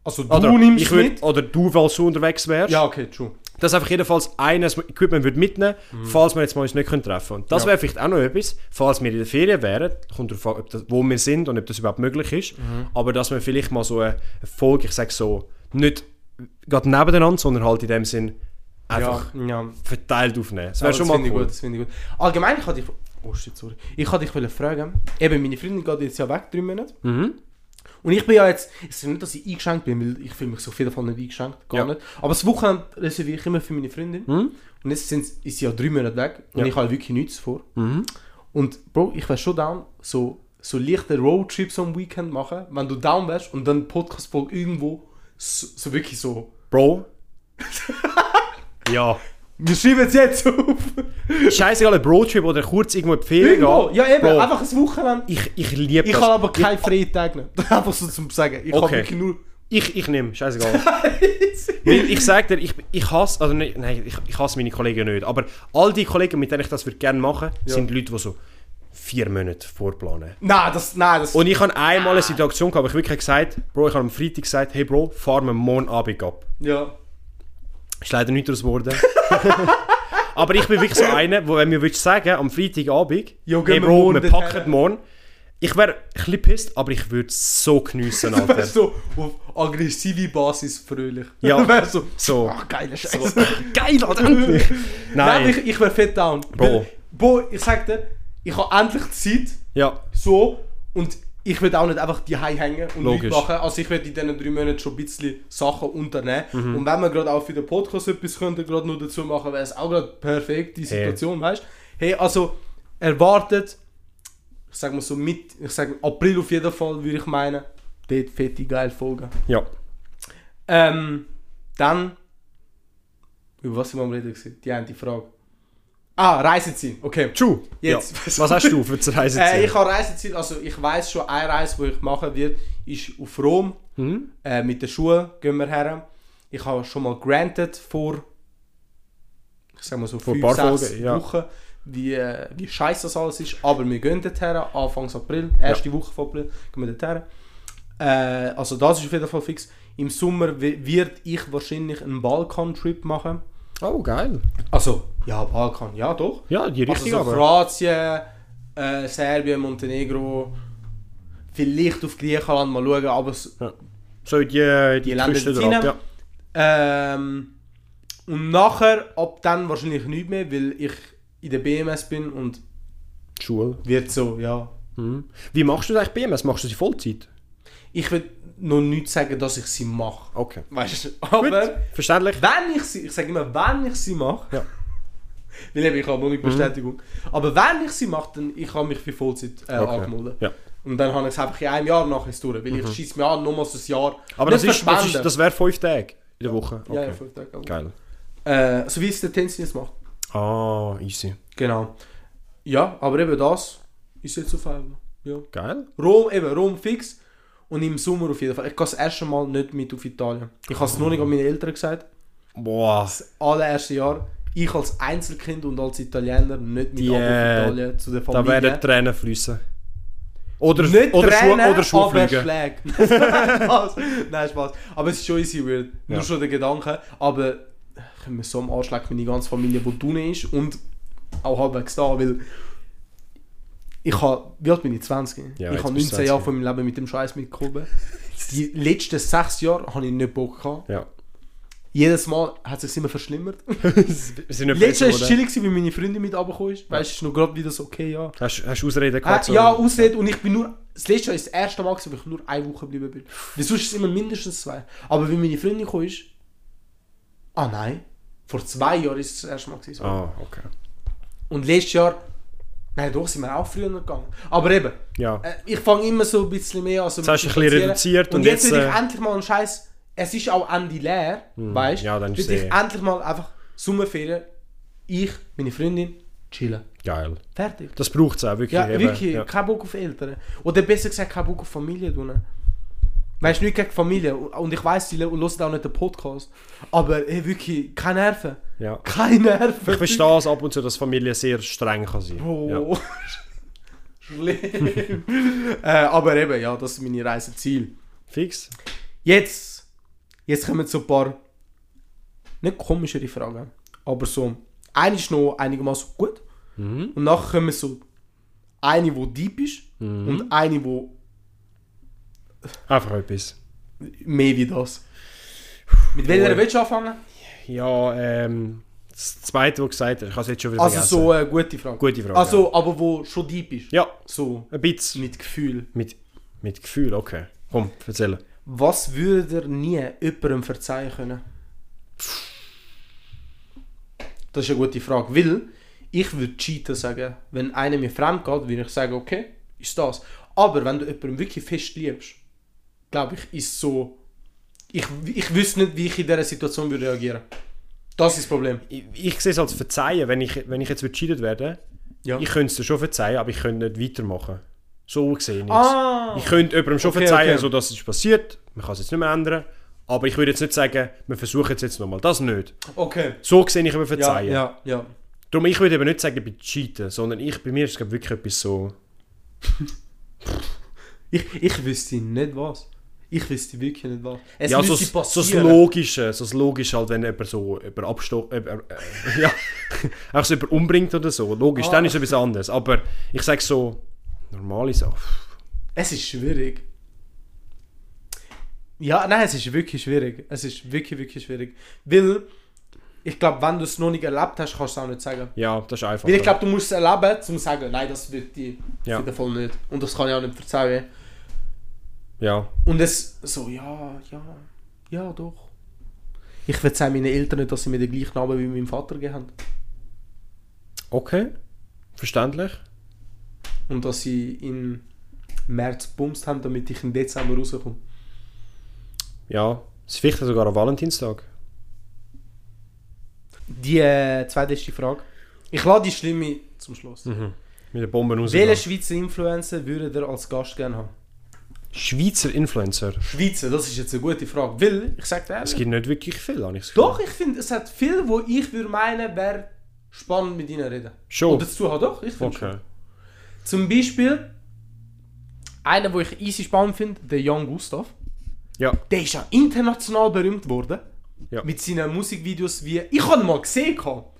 S2: Also du
S1: Oder,
S2: nimmst
S1: ich würd,
S2: mit.
S1: oder du, falls du unterwegs wärst.
S2: Ja, okay, true.
S1: Dass einfach jedenfalls eines Equipment würde mitnehmen falls wir jetzt mal uns nicht können treffen können. Und das
S2: Ja.
S1: wäre vielleicht auch noch etwas, falls wir in der Ferien wären, kommt darauf an, ob das, wo wir sind und ob das überhaupt möglich ist,
S2: Mhm.
S1: aber dass wir vielleicht mal so eine eine Folge, ich sage so, nicht gerade nebeneinander, sondern halt in dem Sinn einfach
S2: Ja, ja.
S1: verteilt aufnehmen. Das
S2: Ja,
S1: wäre
S2: Das
S1: schon mal
S2: finde ich
S1: cool.
S2: gut, das finde ich gut. Allgemein, ich hatte dich... Oh shit, sorry. Ich wollte dich wollen fragen. Eben, meine Freundin geht jetzt ja weg, drei Monate.
S1: Mhm.
S2: Und ich bin ja jetzt... Es ist nicht, dass ich eingeschränkt bin, weil ich fühle mich so viel davon nicht eingeschränkt. Gar
S1: Ja. Mhm.
S2: nicht. Aber das Wochenende reserviere ich immer für meine Freundin. Und jetzt sind, ist sie ja drei Monate weg. Und
S1: Ja.
S2: ich habe wirklich nichts vor.
S1: Mhm.
S2: Und Bro, ich wäre schon down, so, so leichte Roadtrips am Weekend machen, wenn du down wärst und dann Podcast-Folge irgendwo so, so wirklich so...
S1: Bro. ja.
S2: Wir schreiben es jetzt auf!
S1: Scheißegal, ein Roadtrip oder kurz irgendwo in die Ferien
S2: Irgendwo!
S1: gehen.
S2: Ja eben,
S1: Bro,
S2: einfach ein Wochenende.
S1: ich, ich liebe
S2: Ich
S1: das.
S2: habe aber keine freien Tage. nicht. Einfach so zum Sagen. Ich
S1: Okay.
S2: habe wirklich nur.
S1: Ich, ich nehme, scheißegal. Weil ich sag dir, ich, ich hasse, also nicht- nein, ich, ich hasse meine Kollegen nicht, aber all die Kollegen, mit denen ich das würde gerne machen,
S2: Ja.
S1: sind Leute, die so vier Monate vorplanen.
S2: Nein, das. Nein, das.
S1: Und ich habe einmal eine Situation gehabt, wo ich wirklich gesagt Bro, ich habe am Freitag gesagt, hey Bro, fahren wir morgen Abend ab.
S2: ja.
S1: Ist leider nicht daraus geworden. aber ich bin wirklich so einer, wo wenn mir würdest sagen, am Freitagabend,
S2: Ja, gehen
S1: hey
S2: wir
S1: Bro,
S2: morgen
S1: wir
S2: dorthin.
S1: packen morgen. Ich wäre ein bisschen pissed, aber ich würde es so geniessen,
S2: Du
S1: Alter.
S2: wärst so auf aggressive Basis fröhlich.
S1: Ja.
S2: Du wärst so.
S1: So.
S2: Ach, "Oh, geile Scheiße.
S1: Geil, Alter, endlich!
S2: Nein,
S1: Nein,
S2: ich, ich wäre fett down.
S1: Bro.
S2: Bro, ich sag dir, ich habe endlich Zeit.
S1: ja.
S2: So. Und ich will auch nicht einfach die hängen und
S1: Logisch.
S2: nichts machen. Also ich werde in diesen drei Monaten schon ein bisschen Sachen unternehmen. Und wenn wir gerade auch für den Podcast etwas könnten, gerade noch dazu machen, wäre es auch gerade perfekt, die Situation, weißt du? Hey, also erwartet, ich sag mal so mit, ich sag April auf jeden Fall, würde ich meinen, dort fette geile Folgen.
S1: Ja.
S2: Ähm, dann, über was sind wir am Reden gewesen? Die eine Frage. Ah, Reiseziel, okay.
S1: True.
S2: Jetzt.
S1: Ja. Was hast du für das Reiseziel?
S2: Äh, ich habe Reiseziel, also ich weiß schon, eine Reise, die ich machen werde, ist auf Rom.
S1: Mhm.
S2: Äh, mit den Schuhen gehen wir her. Ich habe schon mal granted vor, ich sag mal so,
S1: Vor
S2: fünf,
S1: ein paar
S2: sechs
S1: Folgen, ja.
S2: Wochen, wie, äh, wie scheiße das alles ist. Aber wir gehen dort her, Anfangs April, erste Woche von April, gehen wir dort her. Äh, also das ist auf jeden Fall fix. Im Sommer werde ich wahrscheinlich einen Balkan-Trip machen.
S1: Oh, geil.
S2: Also, ja, Balkan, ja doch.
S1: Ja, die richtige
S2: also
S1: aber.
S2: so Kroatien, äh, Serbien, Montenegro, vielleicht auf Griechenland mal schauen, aber es,
S1: So in die, die,
S2: Die
S1: die
S2: Länder
S1: Küste
S2: sind
S1: drauf,
S2: rein.
S1: ja.
S2: ähm, und nachher, ab dann wahrscheinlich nicht mehr, weil ich in der BMS bin und
S1: Die Schule.
S2: wird so, ja.
S1: Mhm. Wie machst du das eigentlich BMS? Machst du sie Vollzeit?
S2: Ich will noch nicht sagen, dass ich sie mache.
S1: Okay.
S2: Weißt du,
S1: Gut,
S2: aber
S1: verständlich.
S2: wenn ich sie, ich sage immer, wenn ich sie mache,
S1: Ja. Mhm.
S2: weil eben, ich habe noch nicht Bestätigung, aber wenn ich sie mache, dann ich habe mich für Vollzeit äh,
S1: Okay.
S2: angemeldet.
S1: Ja.
S2: Und dann habe ich es einfach in einem Jahr nachher es durch, weil ich schieße mir an, nochmals ein Jahr.
S1: Mhm. Aber das,
S2: Nicht
S1: ist, das, ist,
S2: verschwenden.
S1: das wäre fünf Tage in der Woche. Okay.
S2: Ja, ja, fünf Tage.
S1: Geil.
S2: Äh, so wie es der Tänzer jetzt macht.
S1: Ah, easy.
S2: Genau. Ja, aber eben das ist jetzt auf einmal. Ja.
S1: Geil.
S2: Rom, eben, Rom fix. Und im Sommer auf jeden Fall. Ich gehe das erste Mal nicht mit auf Italien. Ich habe es noch nicht an meine Eltern gesagt.
S1: Boah.
S2: Das allererste Jahr. Ich als Einzelkind und als Italiener nicht mit
S1: Die,
S2: yeah.
S1: äh,
S2: Italien zu der
S1: Da
S2: Familie.
S1: werden Tränen fließen. Oder,
S2: nicht
S1: oder,
S2: Tränen,
S1: Schuhe, oder Schuhe
S2: aber
S1: fliegen.
S2: Schläge. Nein, Spaß. Nein, Spaß. Aber es ist schon easy weird.
S1: Ja.
S2: Nur schon der Gedanke. Aber ich bin mir so am Arsch lecken, meine ganze Familie, die drinnen ist und auch halbwegs da, weil ich habe, wie alt bin ich? 20?
S1: Ja,
S2: ich
S1: jetzt
S2: habe
S1: bist du
S2: 19 Jahre
S1: 20.
S2: von meinem Leben mit dem Scheiß mitgekommen. Die letzten sechs Jahre habe ich nicht Bock gehabt.
S1: Ja.
S2: Jedes Mal hat es sich immer verschlimmert.
S1: Wir sind nicht besser
S2: Letztes Jahr war
S1: geworden.
S2: es chillig, weil meine Freundin mit runtergekommen ist. Weißt du, ist noch gerade wieder so, okay, ja.
S1: Hast hast du Ausreden
S2: Ah,
S1: gehabt? so?
S2: ja, ausreden und ich bin nur. Das letzte Jahr ist das erste Mal, gewesen, wo ich nur eine Woche geblieben bin. Weil sonst ist es immer mindestens zwei. Aber wenn meine Freundin gekommen ist. Ah nein. Vor zwei Jahren ist es das erste Mal. Gewesen,
S1: Ah, okay.
S2: Äh.
S1: Ah.
S2: Und letztes Jahr. Nein, doch sind wir auch früher gegangen. Aber eben,
S1: Ja.
S2: äh, ich fange immer so ein bisschen mehr an. So
S1: hast du ein bisschen
S2: differenzieren.
S1: reduziert und
S2: und jetzt.
S1: jetzt,
S2: will ich
S1: äh, Hm,
S2: endlich mal einen Scheiß. Es ist auch Ende leer, weißt du?
S1: ja, dann ist
S2: Will ich
S1: eh-
S2: endlich mal einfach Sommerferien. Ich, meine Freundin, chillen.
S1: Geil.
S2: Fertig.
S1: Das braucht es auch wirklich.
S2: Ja,
S1: eben.
S2: wirklich,
S1: Ja.
S2: kein Bock auf Eltern. Oder besser gesagt, kein Bock auf Familie. Tun. Weißt du, nicht gegen Familie. Und ich weiß, die le- hören auch nicht den Podcast. Aber ey, wirklich, keine Nerven.
S1: Ja.
S2: Keine Nerven.
S1: Ich verstehe es ab und zu, dass Familie sehr streng kann sein
S2: Bro. Oh. Schlimm. äh, aber eben, ja, das sind meine Reiseziele.
S1: Fix.
S2: Jetzt, jetzt kommen so ein paar nicht komischere Fragen, aber so eine ist noch einigermaßen gut
S1: Mhm.
S2: und nachher kommen so eine, wo deep ist
S1: Mhm.
S2: und eine, wo
S1: Einfach etwas.
S2: mehr wie das. Mit welcher
S1: Boah.
S2: willst du anfangen?
S1: Ja, ähm, das zweite, was du gesagt hast, ich habe es jetzt schon wieder
S2: Also
S1: vergessen.
S2: so eine gute Frage.
S1: Gute Frage,
S2: Also, aber wo schon deep ist.
S1: Ja,
S2: So
S1: ein bisschen.
S2: mit Gefühl.
S1: Mit, mit Gefühl, okay. Komm, erzähl.
S2: Was würde ihr nie jemandem verzeihen können? Das ist eine gute Frage, weil ich würde cheaten sagen. Wenn einer mir fremd geht, würde ich sagen, okay, ist das. Aber wenn du jemanden wirklich fest liebst, glaube ich, ist so... Ich, ich wüsste nicht, wie ich in dieser Situation würde reagieren. Das ist das Problem.
S1: Ich, ich sehe es als Verzeihen, wenn ich, wenn ich jetzt gescheitert werde.
S2: Ja.
S1: Ich könnte es dir schon verzeihen, aber ich könnte nicht weitermachen. So gesehen ich
S2: Ah.
S1: Ich könnte jemandem schon
S2: Okay,
S1: verzeihen,
S2: okay.
S1: so dass es ist passiert. Man kann es jetzt nicht mehr ändern. Aber ich würde jetzt nicht sagen, wir versuchen es jetzt nochmal. Das nicht.
S2: Okay.
S1: So sehe ich immer
S2: Ja,
S1: verzeihen.
S2: ja, ja.
S1: Darum, ich würde eben nicht sagen, ich bin cheaten, sondern ich, bei mir ist es glaub, wirklich etwas so...
S2: Ich, ich wüsste nicht was. Ich wüsste wirklich nicht was. Es
S1: ja, so,
S2: müsste
S1: so das
S2: passieren.
S1: Logische, so das Logische halt, wenn jemand so über Abstoß, äh, äh, ja, auch so über umbringt oder so. Logisch,
S2: Ah.
S1: dann ist es etwas anderes. Aber ich sage so, normale Sachen.
S2: Es ist schwierig. Ja, nein, es ist wirklich schwierig. Es ist wirklich, wirklich schwierig. Weil, ich glaube, wenn du es noch nicht erlebt hast, kannst du es auch nicht sagen.
S1: Ja, das ist einfach.
S2: Weil ich glaube, du musst es erleben, um zu sagen, nein, das wird dir
S1: Ja.
S2: ja. voll nicht. Und das kann ich auch nicht verzeihen.
S1: Ja,
S2: Und es so, ja, ja, ja, doch. Ich verzeihe meinen Eltern nicht, dass sie mir den gleichen Namen wie meinem Vater gegeben haben.
S1: okay. Verständlich.
S2: Und dass sie im März bumst haben, damit ich im Dezember rauskomme.
S1: Ja, es ist vielleicht sogar am Valentinstag.
S2: Die äh, zweitletzte Frage. Ich lade die Schlimme zum Schluss.
S1: Mhm. Mit den Bomben raus.
S2: Welchen Schweizer Influencer würdet ihr als Gast gerne haben?
S1: Schweizer Influencer.
S2: Schweizer, das ist jetzt eine gute Frage. Will, ich sag dir
S1: Es
S2: ehrlich.
S1: gibt nicht wirklich viel, habe ich das Gefühl.
S2: Doch, ich finde, es hat viel, wo ich würde meinen, wäre spannend mit ihnen reden.
S1: Schon?
S2: Oder zu haben, doch, ich finde
S1: Okay.
S2: schon. Zum Beispiel, einer, wo ich easy spannend finde, der Young Gustav.
S1: Ja,
S2: Der ist ja international berühmt worden.
S1: Ja.
S2: Mit seinen Musikvideos wie. Ich habe ihn mal gesehen. gehabt.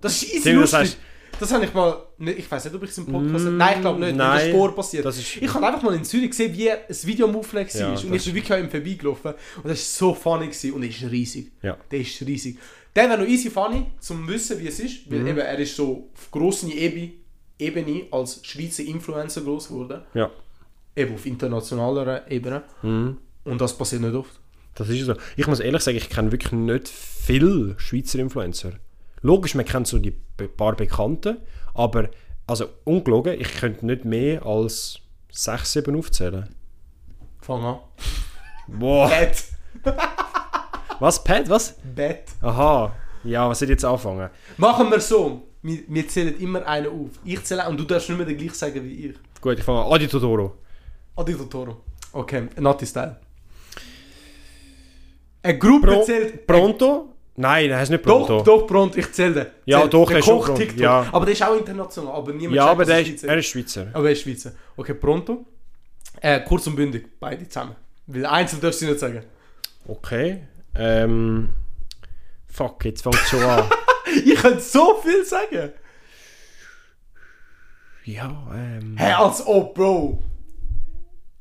S2: Das ist easy
S1: Tim, das
S2: lustig. Das,
S1: heißt- Mm,
S2: habe ich mal. ne, Ich weiß nicht, ob ich es im Podcast. nein, ich glaube nicht. weil das
S1: nein,
S2: ist vor passiert.
S1: das ist-
S2: ich habe einfach mal in Zürich gesehen, wie ein Video am Auflegen
S1: Ja,
S2: war. Und
S1: das
S2: ich bin wirklich an ihm vorbeigelaufen. Und das war so funny. Gewesen. Und er ist riesig.
S1: Ja.
S2: Der ist riesig. Der wäre noch easy funny, zum wissen, wie es ist.
S1: Mhm.
S2: Weil eben, er ist so auf grosser Ebene, Ebene als Schweizer Influencer groß geworden.
S1: ja.
S2: Eben auf internationaler Ebene.
S1: Mhm.
S2: Und das passiert nicht oft.
S1: Das ist so. Ich muss ehrlich sagen, ich kenne wirklich nicht viele Schweizer Influencer. Logisch, man kennt so die be- paar Bekannten, aber also ungelogen, ich könnte nicht mehr als 6, 7 aufzählen.
S2: Fang an.
S1: Boah.
S2: Bett.
S1: Was, Pat, was?
S2: Bett.
S1: Aha. Ja, was soll ich jetzt anfangen?
S2: Machen wir so. Wir, wir zählen immer einen auf. Ich zähle und du darfst nicht mehr den gleich sagen wie ich.
S1: Gut, ich fange an. Adi Totoro.
S2: Adi Toro. Okay, Naughty Style. Eine Gruppe
S1: Pro
S2: zählt.
S1: Pronto? Nein, das hast du nicht
S2: Doch,
S1: Pronto.
S2: doch, Pronto, ich zähle den.
S1: Ja,
S2: Zähl-
S1: doch,
S2: der
S1: er ist schon
S2: Koch
S1: Pronto,
S2: TikTok.
S1: ja.
S2: Aber der ist auch international, aber niemand
S1: Ja,
S2: checkt,
S1: aber
S2: dass er
S1: der ist,
S2: Schweizer
S1: er ist Schweizer.
S2: Aber er ist Schweizer. Okay, Pronto. Äh, kurz und bündig, beide zusammen. Weil einzeln darfst du nicht sagen.
S1: Okay. Ähm. Fuck, jetzt fängt es schon an.
S2: Ich könnte so viel sagen.
S1: ja, ähm.
S2: Hey, als ob, Bro.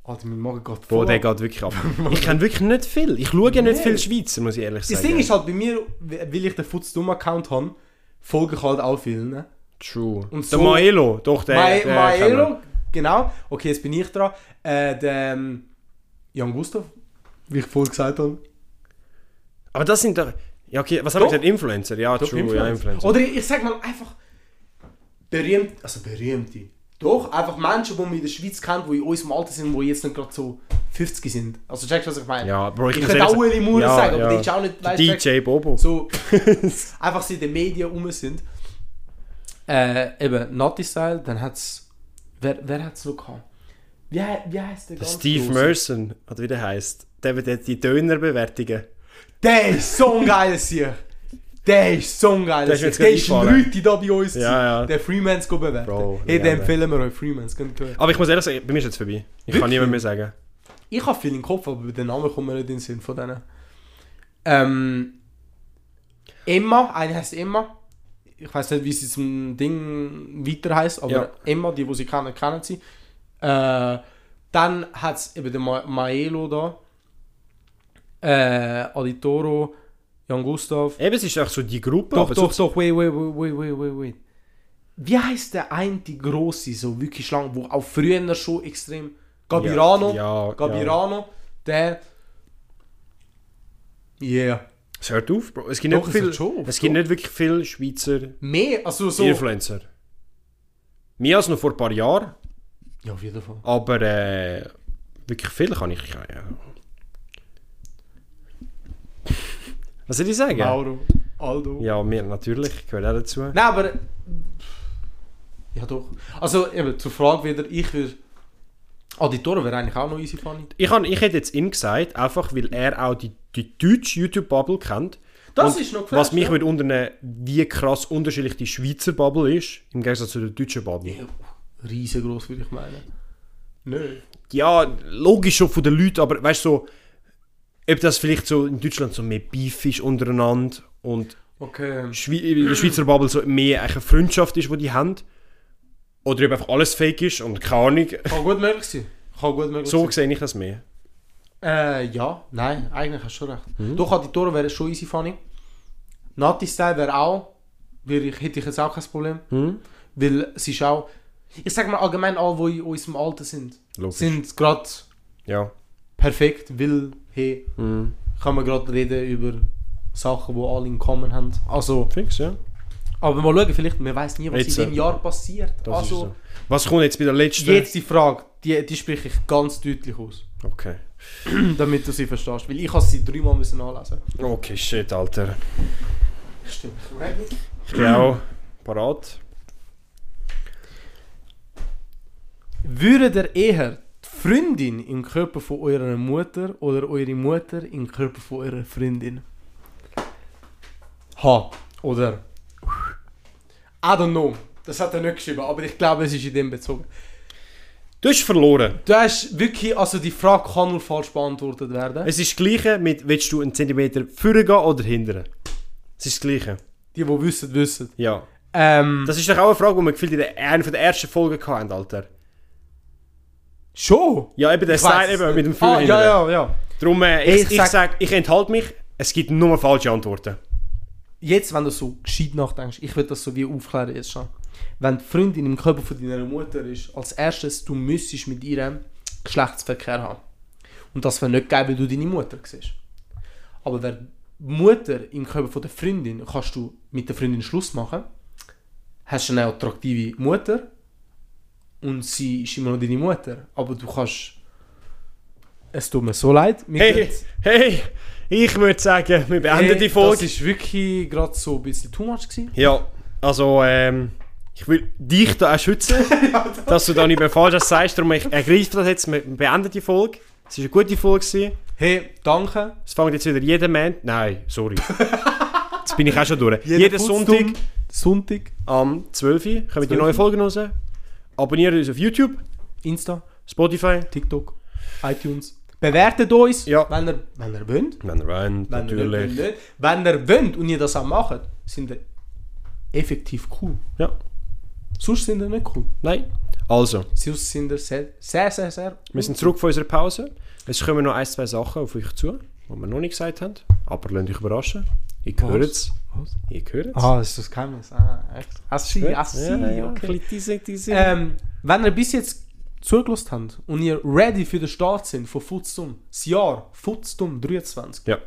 S2: Alter, mein Magen geht
S1: Boah,
S2: voll
S1: der
S2: ab.
S1: geht wirklich ab. Ich kenne wirklich nicht viel. Ich schaue ja nicht
S2: Nee.
S1: viel Schweizer, muss ich ehrlich sagen.
S2: Das Ding ist halt bei mir, weil ich den Futsdum-Account habe, folge ich halt auch vielen. Ne?
S1: True.
S2: Und
S1: der
S2: so-
S1: Maelo, doch, der.
S2: Mai-
S1: der
S2: Maero,
S1: kennen
S2: genau. Okay, jetzt bin ich dran. Äh, der ähm, Jan Gustav, wie ich vorhin gesagt habe.
S1: wir. Aber das sind doch. Ja, okay, was haben wir
S2: Doch.
S1: gesagt? Influencer? Ja, true, ja, Influencer.
S2: Oder ich, ich sag mal einfach berühmt, also berühmte. Doch, einfach Menschen, die man in der Schweiz kennt, die in unserem Alter sind, die jetzt nicht gerade so 50 sind. Also checkst du, was ich meine?
S1: ja, Bro,
S2: ich
S1: muss
S2: könnte
S1: ehrlich
S2: auch
S1: sagen-
S2: Ueli Maurer
S1: Ja,
S2: sagen, aber
S1: ja.
S2: die ist auch nicht, weißt du,
S1: DJ Bobo.
S2: so einfach so in den Medien rum sind. Äh, eben, Naughty Style, dann hat's. Wer, wer hat's noch gehabt? Wie, he- wie heißt der
S1: Der
S2: ganz
S1: Steve
S2: große?
S1: Merson, oder wie der heißt. Der wird die Döner bewertigen.
S2: Der ist so ein geiler Sieg! Der ist so ein
S1: Der
S2: geiler
S1: ist mir jetzt
S2: Sieg! Der ist ein
S1: gerade
S2: Leute da bei uns. gewesen.
S1: ja.
S2: Der Freemans go bewerten.
S1: Bro,
S2: hey, den
S1: Legende.
S2: empfehlen wir euch, Freemans. Könnt ihr hören.
S1: Aber ich muss ehrlich sagen, bei mir ist jetzt vorbei. Ich kann
S2: Wirklich?
S1: niemand mehr sagen.
S2: Ich habe viel im Kopf, aber den Namen kommt mir nicht in den Sinn von denen. Ähm, Emma, eine heißt Emma. Ich weiß nicht, wie sie zum Ding weiter heißt, aber
S1: Ja.
S2: Emma, die, wo sie kennen, kennen sie. Äh, dann hat es eben den Ma Maelo da. Äh, Aditoro, Jan Gustav.
S1: Eben, es ist auch so die Gruppe.
S2: Doch,
S1: aber
S2: doch,
S1: so-
S2: doch, wait, wait, wait, wait, wait, wait, wait. Wie heißt der eine, die große, so wirklich lang, wo auch früher schon extrem. Gabirano.
S1: Ja, ja,
S2: Gabirano, der. Yeah.
S1: Es hört auf, Bro. Es gibt,
S2: Doch, es
S1: nicht, viel,
S2: hört schon auf,
S1: es gibt
S2: doch.
S1: nicht wirklich viele Schweizer
S2: Mehr, also so.
S1: Influencer. Mir als noch vor ein paar Jahren,
S2: Ja, auf jeden Fall.
S1: aber äh, wirklich viel kann ich. Ja. Was soll ich sagen?
S2: Mauro, Aldo.
S1: Ja, mir natürlich, gehört auch dazu.
S2: Nein, aber. Nou, Ja, doch. Also, eben, zur Frage wieder, ich würde. Auditoren wäre eigentlich auch noch nou easy funny.
S1: Ich, han, ich hätte jetzt ihn gesagt, einfach weil er auch die, die deutsche YouTube-Bubble kennt.
S2: Das ist noch geflasht,
S1: Was mich
S2: ja.
S1: würde unternehmen, wie krass unterschiedlich die Schweizer Bubble ist, im Gegensatz zu der deutschen Bubble.
S2: Ja, Riesengroß, würde ich meinen. Nö.
S1: ja, logisch schon von den Leuten, aber weißt du, so, ob das vielleicht so in Deutschland so mehr Beef ist untereinander und
S2: Okay.
S1: Schwe in der Schweizer Bubble so mehr eine Freundschaft ist, die die haben. Oder ob einfach alles fake ist und keine Ahnung.
S2: Kann gut möglich sein. Kann gut möglich
S1: So
S2: sein.
S1: sehe ich das mehr.
S2: Äh, ja, nein, eigentlich hast du schon recht.
S1: Mhm.
S2: Doch, Auditoren wäre schon easy funny. Nati Style wäre auch, wäre ich, hätte ich jetzt auch kein Problem.
S1: Mhm.
S2: Weil es ist auch, ich sag mal allgemein, alle, die in unserem Alter sind,
S1: Logisch.
S2: sind gerade
S1: Ja.
S2: perfekt, weil, hey,
S1: Mhm.
S2: kann man gerade reden über Sachen, die alle in Common haben. Also,
S1: Fix, ja.
S2: aber mal schauen, vielleicht, man weiß nie, was
S1: Jetzt,
S2: in dem
S1: äh,
S2: Jahr passiert.
S1: Das
S2: also,
S1: ist so. Was kommt jetzt bei der letzten?
S2: jetzt die Frage, die, die spreche ich ganz deutlich aus.
S1: Okay.
S2: damit du sie verstehst. Weil ich habe sie dreimal müssen anlesen.
S1: Okay, shit, Alter.
S2: Stimmt.
S1: Ich bin auch parat.
S2: Würdet ihr eher die Freundin im Körper von eurer Mutter oder eure Mutter im Körper von eurer Freundin? Ha, oder? I don't know. Das hat er nicht geschrieben, aber ich glaube, es ist in dem bezogen.
S1: Du hast verloren.
S2: Du hast wirklich, also die Frage kann nur falsch beantwortet werden.
S1: Es ist das Gleiche mit, willst du einen Zentimeter vorne gehen oder hindern? Es ist das Gleiche.
S2: Die, die wissen, wissen.
S1: Ja.
S2: Ähm,
S1: Das ist doch auch eine Frage, die wir gefühlt in der- einer von der ersten Folgen hatten, Alter.
S2: schon?
S1: Ja, eben der
S2: Ich weiss
S1: Style
S2: es
S1: eben mit dem
S2: nicht.
S1: Feuer
S2: Ah, ja, ja, ja.
S1: Darum, äh,
S2: Hey,
S1: ich,
S2: ich
S1: ich,
S2: sag-
S1: sag, ich enthalte mich, es gibt nur falsche Antworten.
S2: jetzt, wenn du so gescheit nachdenkst, ich würde das so wie aufklären jetzt schon. Wenn die Freundin im Körper von deiner Mutter ist, als erstes, du müsstest mit ihr Geschlechtsverkehr haben. Und das wäre nicht geil, weil du deine Mutter siehst. Aber wenn die Mutter im Körper von der Freundin, kannst du mit der Freundin Schluss machen, hast eine attraktive Mutter und sie ist immer noch deine Mutter. Aber du kannst... Es tut mir so leid. mir
S1: Hey,
S2: tut's-
S1: hey, ich würde sagen, wir beenden
S2: Hey,
S1: die Folge.
S2: Das war wirklich gerade so ein bisschen too much. Gewesen.
S1: Ja, also ähm, ich will dich da auch schützen, dass du da nicht mehr falsch was sagst. Darum ich ergreife das jetzt, wir beenden die Folge. Es war eine gute Folge. gewesen.
S2: Hey, danke.
S1: Es fängt jetzt wieder jeden Moment... Nein, sorry. Jetzt bin ich auch schon durch. Jeden, Sonntag
S2: Putztum- Sonntag.
S1: am 12 Uhr kommen die
S2: 12.
S1: neuen Folgen raus. Abonniert uns auf YouTube,
S2: Insta,
S1: Spotify.
S2: TikTok, iTunes. Bewertet uns,
S1: Ja.
S2: wenn ihr, wenn ihr wollt.
S1: Wenn ihr wollt,
S2: Wenn ihr
S1: natürlich.
S2: nicht. Wenn ihr wollt und ihr das auch macht, sind wir effektiv cool.
S1: Ja,
S2: Sonst sind wir nicht cool.
S1: nein. Also,
S2: Sonst sind wir sehr, sehr, sehr, sehr...
S1: wir sind zurück von unserer Pause. Es kommen noch ein, zwei Sachen auf euch zu, die wir noch nicht gesagt haben. Aber lasst euch überraschen. Ihr hört es.
S2: Was?
S1: Ihr hört es.
S2: Ah, das ist das Geheimnis. Ah, echt? Ach, sie,
S1: Ja,
S2: ach, sie,
S1: ja, ja,
S2: okay.
S1: ein bisschen teasing, teasing.
S2: Ähm, wenn ihr bis jetzt zugelassen habt und ihr ready für den Start sind von Futstum, das Jahr um Futstum 23,
S1: Ja,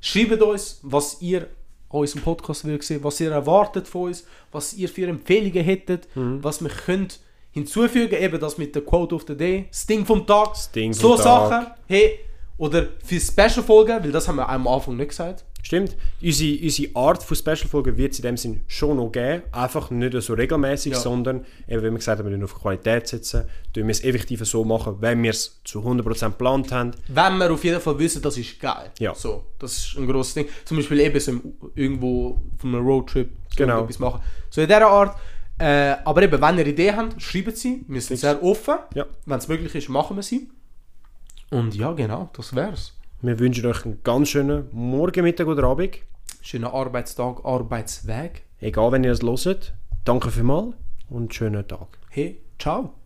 S2: schreibt uns, was ihr an unserem Podcast will sehen, was ihr erwartet von uns, was ihr für Empfehlungen hättet,
S1: Mhm.
S2: was wir könnt hinzufügen, eben das mit der Quote of the Day, das Ding vom Tag,
S1: Das Ding
S2: so
S1: vom Tag.
S2: Sachen, hey, oder für Special-Folgen, weil das haben wir am Anfang nicht gesagt.
S1: stimmt. Unsere, unsere Art von Special-Folgen wird es in dem Sinn schon noch geben. Einfach nicht so regelmäßig,
S2: Ja.
S1: sondern, eben wie wir gesagt haben, wir müssen auf Qualität setzen. Tun wir es effektiv so machen, wenn wir es zu 100% geplant haben.
S2: wenn wir auf jeden Fall wissen, das ist geil.
S1: Ja.
S2: So, das ist ein grosses Ding. Zum Beispiel eben so im, irgendwo von einem Roadtrip so
S1: Genau.
S2: etwas machen. So in dieser Art. Äh, aber eben, wenn ihr Ideen habt, schreibt sie. Wir sind sehr offen.
S1: Ja.
S2: Wenn es möglich ist, machen wir sie. Und ja, genau, das wär's.
S1: Wir wünschen euch einen ganz schönen Morgen, Mittag oder Abend.
S2: Schöner Arbeitstag, Arbeitsweg.
S1: Egal, wenn ihr es hört. Danke vielmals und schönen Tag.
S2: Hey, ciao.